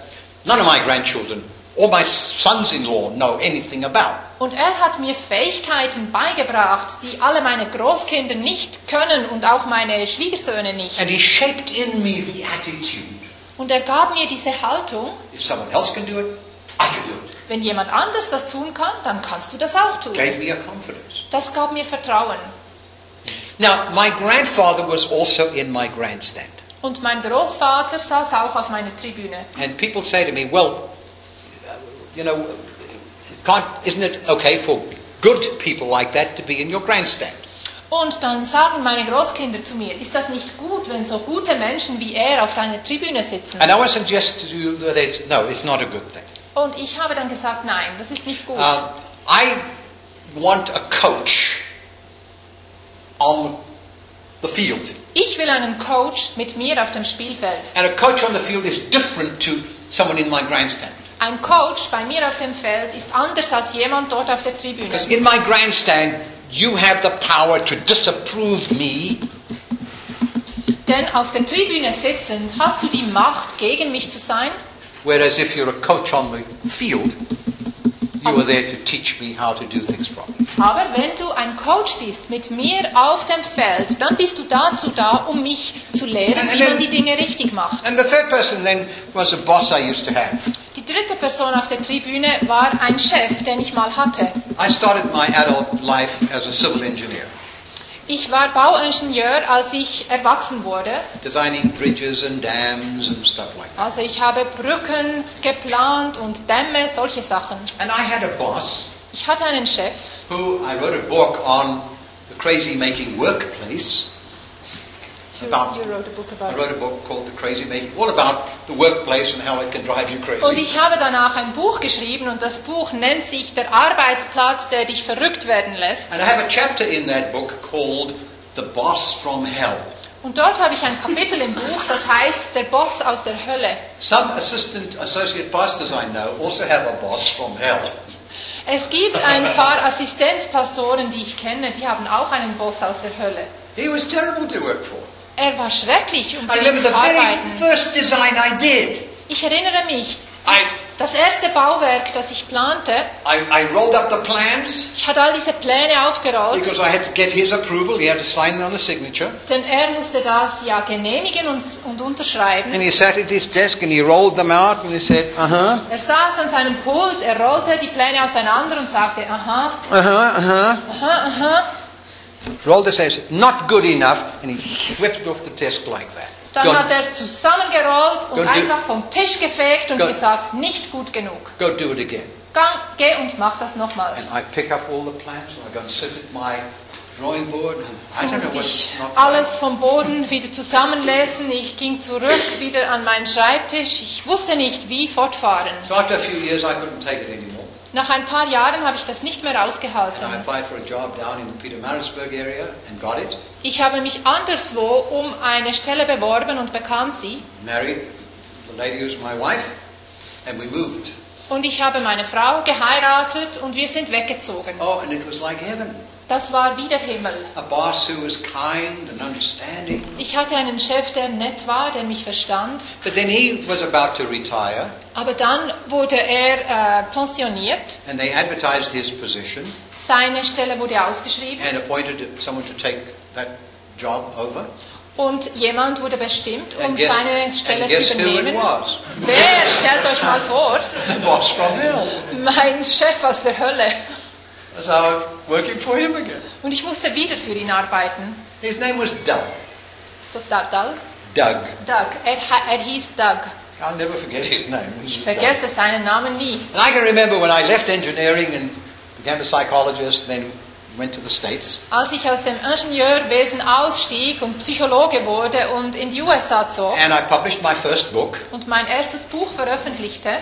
Speaker 1: none of my grandchildren or my sons in law know anything about.
Speaker 2: Und er hat mir Fähigkeiten beigebracht, die alle meine Großkinder nicht können und auch meine Schwiegersöhne nicht.
Speaker 1: And he shaped in me the attitude
Speaker 2: Und er gab mir diese Haltung,
Speaker 1: if someone else can do it, I can do it.
Speaker 2: wenn jemand anders das tun kann, dann kannst du das auch tun.
Speaker 1: Gave me a confidence.
Speaker 2: Das gab mir Vertrauen.
Speaker 1: Now, my grandfather was also in my grandstand.
Speaker 2: Und mein Großvater saß auch auf meiner Tribüne.
Speaker 1: And people say to me, well, you know, can't, isn't it okay for good people like that to be in your grandstand?
Speaker 2: Und dann sagen meine Großkinder zu mir, ist das nicht gut, wenn so gute Menschen wie er auf deiner Tribüne sitzen?
Speaker 1: And I would suggest to you that it's, no, it's not a good thing.
Speaker 2: Und ich habe dann gesagt, nein, das ist nicht gut.
Speaker 1: Uh, I want a coach on the field.
Speaker 2: Ich will einen Coach mit mir auf dem Spielfeld.
Speaker 1: And a coach on the field is different to someone in my grandstand.
Speaker 2: Ein Coach bei mir auf dem Feld ist anders als jemand dort auf der Tribüne.
Speaker 1: Because in my grandstand, you have the power to disapprove me
Speaker 2: Denn auf der Tribüne sitzend hast du die Macht, gegen mich zu sein.
Speaker 1: Whereas if you're a coach on the field, you are there to teach me how to do things properly.
Speaker 2: Aber wenn du ein Coach bist mit mir auf dem Feld, dann bist du dazu da, um mich zu lehren, wie man die Dinge richtig macht.
Speaker 1: And the third person then was a boss I used to have.
Speaker 2: Die dritte Person auf der Tribüne war ein Chef, den ich mal hatte.
Speaker 1: I started my adult life as a civil engineer,
Speaker 2: Ich war Bauingenieur, als ich erwachsen wurde.
Speaker 1: designing bridges and dams and stuff like that.
Speaker 2: Also ich habe Brücken geplant und Dämme, solche Sachen.
Speaker 1: And I had a boss
Speaker 2: Ich hatte einen Chef,
Speaker 1: who I wrote a book on the crazy making workplace. About,
Speaker 2: You wrote a book about-
Speaker 1: I wrote a book called The Crazy Making, all about the workplace and how it can drive you crazy.
Speaker 2: und ich habe danach ein Buch geschrieben und das Buch nennt sich Der Arbeitsplatz, der dich verrückt werden lässt.
Speaker 1: And I have a chapter in that book called The Boss from Hell.
Speaker 2: Und dort habe ich ein Kapitel im Buch, das heißt Der Boss aus der Hölle.
Speaker 1: Some assistant associate pastors I know also have a boss from hell.
Speaker 2: Es gibt ein paar Assistenzpastoren, die ich kenne, die haben auch einen Boss aus der Hölle.
Speaker 1: He was terrible to work for.
Speaker 2: Er war schrecklich, um
Speaker 1: I
Speaker 2: für ihn
Speaker 1: remember the
Speaker 2: zu
Speaker 1: very
Speaker 2: arbeiten.
Speaker 1: first design I did.
Speaker 2: Ich erinnere mich,
Speaker 1: I,
Speaker 2: das erste Bauwerk, das ich plante,
Speaker 1: I, I rolled up the plans
Speaker 2: ich hatte all diese Pläne aufgerollt,
Speaker 1: because I had to get his approval. He had to sign on the signature.
Speaker 2: denn er musste das ja genehmigen und, und unterschreiben.
Speaker 1: And he sat at his desk and he rolled them out and he said, uh huh,
Speaker 2: Er saß an seinem Pult, er rollte die Pläne auseinander und sagte, aha,
Speaker 1: uh huh, uh
Speaker 2: aha, aha.
Speaker 1: huh. Rolled his eyes, not good enough, and he swept it off the desk like that.
Speaker 2: Dann
Speaker 1: Go-
Speaker 2: hat er zusammengerollt und
Speaker 1: Gönn dir-
Speaker 2: einfach vom Tisch gefegt und
Speaker 1: Gönn-
Speaker 2: gesagt, nicht gut genug.
Speaker 1: go do it again.
Speaker 2: Gang, geh und mach das nochmals.
Speaker 1: And I pick up all the plans and I go and sit at my drawing board and I
Speaker 2: So
Speaker 1: don't know
Speaker 2: musste ich
Speaker 1: what's not right.
Speaker 2: alles vom Boden wieder zusammenlesen. Ich ging zurück wieder an meinen Schreibtisch. Ich wusste nicht, wie fortfahren.
Speaker 1: So after a few years I couldn't take it anymore.
Speaker 2: Nach ein paar Jahren habe ich das nicht mehr
Speaker 1: And I
Speaker 2: ausgehalten.
Speaker 1: applied for a job down in the Peter Marisburg area and got it.
Speaker 2: Ich habe mich anderswo um eine Stelle beworben und bekam sie.
Speaker 1: Married the lady who's my wife and we moved.
Speaker 2: Und ich habe meine Frau geheiratet und wir sind weggezogen.
Speaker 1: Oh, and it was like heaven.
Speaker 2: Das war wie der Himmel.
Speaker 1: A boss who was kind and understanding.
Speaker 2: Ich hatte einen Chef, der nett war, der mich verstand.
Speaker 1: But then he was about to retire
Speaker 2: Aber dann wurde er äh, pensioniert.
Speaker 1: and they advertised his position
Speaker 2: Seine Stelle wurde ausgeschrieben
Speaker 1: and appointed someone to take that job over. (laughs)
Speaker 2: und jemand wurde bestimmt, um
Speaker 1: And guess-
Speaker 2: seine Stelle
Speaker 1: and
Speaker 2: zu
Speaker 1: guess who it
Speaker 2: übernehmen.
Speaker 1: was?
Speaker 2: Wer, stellt euch mal vor,
Speaker 1: The boss from hell.
Speaker 2: mein Chef aus der Hölle.
Speaker 1: So I'm working for him again.
Speaker 2: Und ich musste wieder für ihn arbeiten.
Speaker 1: His name was Doug.
Speaker 2: So, Doug, Doug,
Speaker 1: Doug.
Speaker 2: Doug. Er, ha- er hieß Doug.
Speaker 1: I'll never forget his name. It was
Speaker 2: Ich
Speaker 1: Doug.
Speaker 2: vergesse seinen Namen nie.
Speaker 1: And I can remember when I left engineering and became a psychologist, then went to the States.
Speaker 2: Als ich aus dem Ingenieurwesen ausstieg und Psychologe wurde und in die USA zog
Speaker 1: And I published my first book,
Speaker 2: und mein erstes Buch veröffentlichte,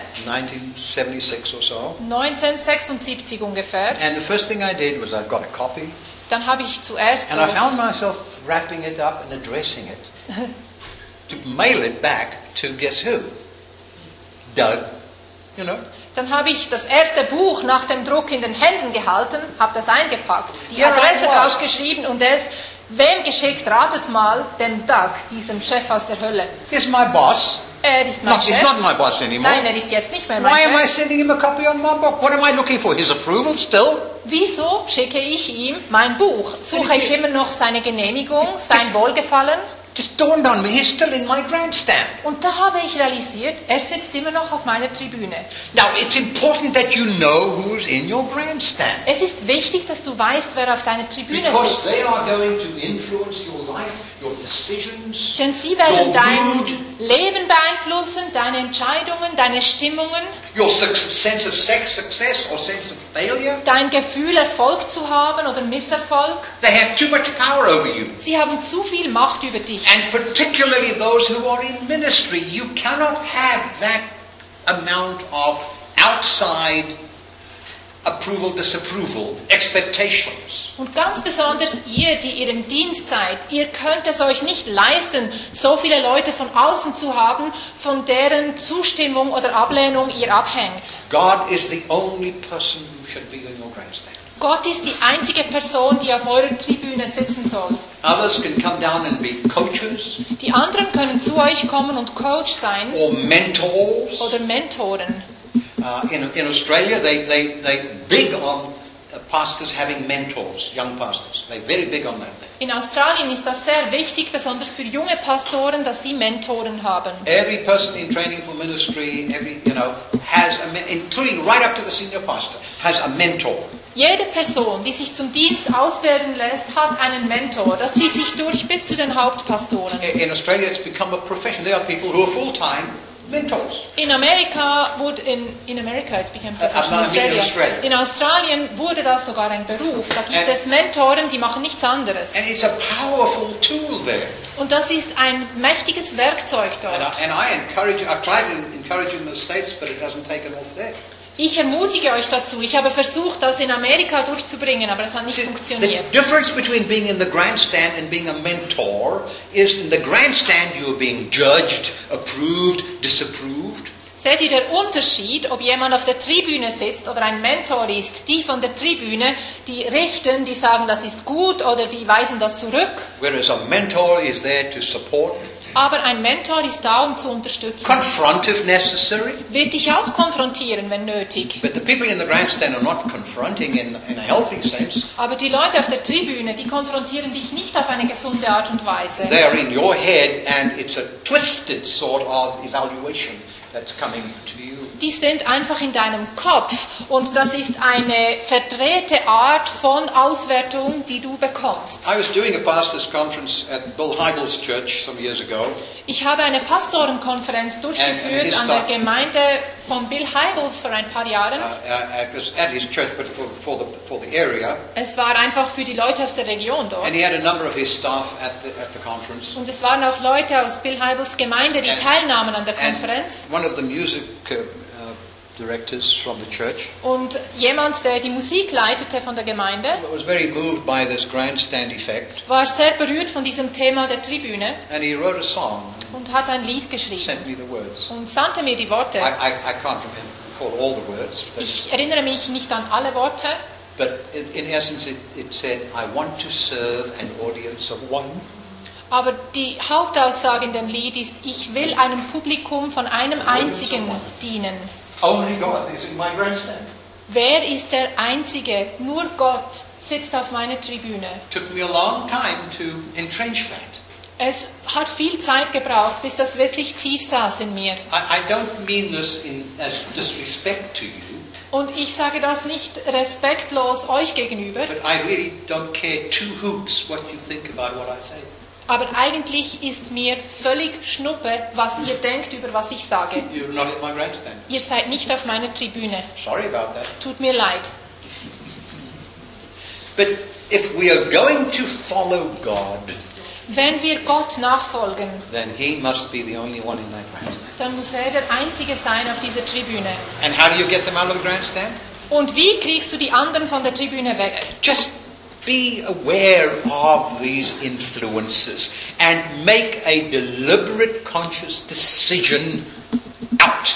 Speaker 1: 1976 or so.
Speaker 2: 1976 ungefähr,
Speaker 1: And the first thing I did was I got a copy,
Speaker 2: dann habe ich zuerst
Speaker 1: and I
Speaker 2: so
Speaker 1: found myself wrapping it up and addressing it to mail it back to guess who? Doug you know.
Speaker 2: Dann habe ich das erste Buch nach dem Druck in den Händen gehalten, habe das eingepackt, die
Speaker 1: Ja,
Speaker 2: Adresse
Speaker 1: wow.
Speaker 2: draufgeschrieben und es wem geschickt, ratet mal, dem Doug, diesem Chef aus der Hölle.
Speaker 1: He's my boss.
Speaker 2: Er ist mein
Speaker 1: No, he's
Speaker 2: Chef.
Speaker 1: not my boss anymore.
Speaker 2: Nein, er ist jetzt nicht mehr mein
Speaker 1: Why am I
Speaker 2: Chef.
Speaker 1: sending him a copy of my book? What am I looking for? His approval still?
Speaker 2: Wieso schicke ich ihm mein Buch? Suche ich immer noch seine Genehmigung, sein Wohlgefallen?
Speaker 1: Just dawned on me, he's still in my grandstand.
Speaker 2: Und da habe ich realisiert, er sitzt immer noch auf meiner Tribüne.
Speaker 1: Now, it's important that you know who's in your grandstand.
Speaker 2: Es ist wichtig, dass du weißt, wer auf deiner Tribüne
Speaker 1: Because
Speaker 2: sitzt.
Speaker 1: they are going to influence your life, your decisions.
Speaker 2: Denn sie werden
Speaker 1: Your
Speaker 2: dein
Speaker 1: mood.
Speaker 2: Leben beeinflussen, deine Entscheidungen, deine Stimmungen,
Speaker 1: your suc- sense of sex success or sense of failure.
Speaker 2: dein Gefühl, Erfolg zu haben oder Misserfolg.
Speaker 1: They have too much power over you.
Speaker 2: Sie haben zu viel Macht über dich.
Speaker 1: And particularly those who are in ministry, you cannot have that amount of outside approval, disapproval, expectations.
Speaker 2: Und ganz besonders ihr, die ihr im Dienst seid, ihr könnt es euch nicht leisten, so viele Leute von außen zu haben, von deren Zustimmung oder Ablehnung ihr abhängt.
Speaker 1: God is the only person who should be in your grandstand.
Speaker 2: Gott ist die einzige Person, die auf eurer Tribüne sitzen soll.
Speaker 1: Others can come down and be coaches
Speaker 2: Die anderen können zu euch kommen und Coach sein
Speaker 1: or mentors.
Speaker 2: oder Mentoren.
Speaker 1: Uh, in, in Australia, they, they, they big on uh, pastors having mentors, young pastors. They're very big on that.
Speaker 2: In Australien ist das sehr wichtig, besonders für junge Pastoren, dass sie Mentoren haben.
Speaker 1: Every person in training for ministry, every you know, has a, men- including right up to the senior pastor, has a mentor.
Speaker 2: Jede Person, die sich zum Dienst ausbilden lässt, hat einen Mentor. Das zieht sich durch bis zu den Hauptpastoren.
Speaker 1: I- In Australia, it's become a profession. There are people who are full-time mentors.
Speaker 2: In Amerika wurde in, in America it became professional,
Speaker 1: Äh, aber in
Speaker 2: Australia.
Speaker 1: Australia.
Speaker 2: In Australien Äh. wurde das sogar ein Beruf. Da gibt
Speaker 1: And-
Speaker 2: es Mentoren, die machen nichts anderes.
Speaker 1: And it's a powerful tool there.
Speaker 2: Und das ist ein mächtiges Werkzeug
Speaker 1: And I,
Speaker 2: dort.
Speaker 1: and I encourage, I tried to encourage in the States, but it hasn't taken off there.
Speaker 2: Ich ermutige euch dazu. Ich habe versucht, das in Amerika durchzubringen, aber es hat nicht
Speaker 1: The
Speaker 2: funktioniert.
Speaker 1: difference between being in the grandstand and being a mentor is in the grandstand you're being judged, approved, disapproved.
Speaker 2: Seht ihr den Unterschied, ob jemand auf der Tribüne sitzt oder ein Mentor ist? Die von der Tribüne, die richten, die sagen, das ist gut oder die weisen das zurück.
Speaker 1: Whereas a mentor is there to support,
Speaker 2: Aber ein Mentor ist da, um zu unterstützen.
Speaker 1: confront if necessary.
Speaker 2: Wird dich auch konfrontieren, wenn nötig.
Speaker 1: But the people in the grandstand are not confronting in, in a healthy sense.
Speaker 2: Aber die Leute auf der Tribüne, die konfrontieren dich nicht auf eine gesunde Art und Weise.
Speaker 1: They are in your head, and it's a twisted sort of evaluation that's coming to you.
Speaker 2: Die sind einfach in deinem Kopf und das ist eine verdrehte Art von Auswertung, die du bekommst.
Speaker 1: I was doing a pastor's conference at Bill Heibel's church some years ago,
Speaker 2: Ich habe eine Pastorenkonferenz
Speaker 1: Äh, äh,
Speaker 2: durchgeführt
Speaker 1: ist
Speaker 2: an der
Speaker 1: da-
Speaker 2: Gemeinde von Bill Heibels vor ein paar
Speaker 1: uh,
Speaker 2: Jahren.
Speaker 1: uh, it was at his church, but for, for, the, for the area.
Speaker 2: Es war einfach für die Leute aus der Region dort.
Speaker 1: And he had a number of his staff at the, at the conference.
Speaker 2: Und es waren auch Leute aus Bill Heibels Gemeinde, die
Speaker 1: And-
Speaker 2: teilnahmen an der
Speaker 1: And
Speaker 2: Konferenz.
Speaker 1: one of the music uh, uh, directors from the church
Speaker 2: Und jemand, der die Musik leitete von der Gemeinde,
Speaker 1: was very moved by this grandstand effect,
Speaker 2: war sehr berührt von diesem Thema der Tribüne
Speaker 1: and he wrote a song
Speaker 2: und hat ein Lied
Speaker 1: and
Speaker 2: geschrieben
Speaker 1: sent me the words.
Speaker 2: und sandte mir die Worte.
Speaker 1: I, I, I can't remember, recall all the words,
Speaker 2: Ich
Speaker 1: but,
Speaker 2: erinnere mich nicht an alle Worte,
Speaker 1: but in, in essence it, it said, I want to serve an audience of one.
Speaker 2: aber die Hauptaussage in dem Lied ist, ich will einem Publikum von einem einzigen dienen.
Speaker 1: Only God is in my grandstand.
Speaker 2: Wer ist der Einzige? Nur Gott sitzt auf meiner Tribüne.
Speaker 1: Took me a long time to entrench that.
Speaker 2: Es hat viel Zeit gebraucht, bis das wirklich tief saß in mir.
Speaker 1: I, I don't mean this in, as disrespect to you.
Speaker 2: Und ich sage das nicht respektlos euch gegenüber,
Speaker 1: But I really don't care two hoops what you think about what I say.
Speaker 2: aber eigentlich ist mir völlig Schnuppe, was ihr denkt über was ich sage.
Speaker 1: You're not at my grandstand.
Speaker 2: Ihr seid nicht auf meiner Tribüne.
Speaker 1: Sorry about that.
Speaker 2: Tut mir leid.
Speaker 1: But if we are going to follow God,
Speaker 2: Wenn wir Gott nachfolgen,
Speaker 1: then He must be the only one in that grandstand.
Speaker 2: dann muss er der Einzige sein auf dieser Tribüne.
Speaker 1: And how do you get them out of the grandstand?
Speaker 2: Und wie kriegst du die anderen von der Tribüne weg?
Speaker 1: Just be aware of these influences and make a deliberate, conscious decision out.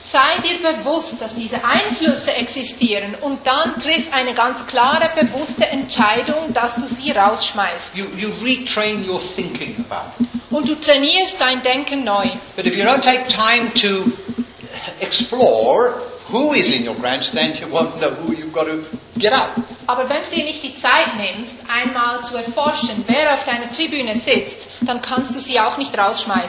Speaker 2: Sei dir bewusst, dass diese Einflüsse existieren und dann triff eine ganz klare, bewusste Entscheidung, dass du sie rausschmeißt.
Speaker 1: You, you retrain your thinking about it.
Speaker 2: Und du trainierst dein Denken neu.
Speaker 1: But if you don't take time to explore who is in your grandstand, you won't know who you've got to get up.
Speaker 2: Aber wenn du dir nicht die Zeit nimmst, einmal zu erforschen, wer auf deiner Tribüne sitzt, dann kannst du sie auch nicht rausschmeißen.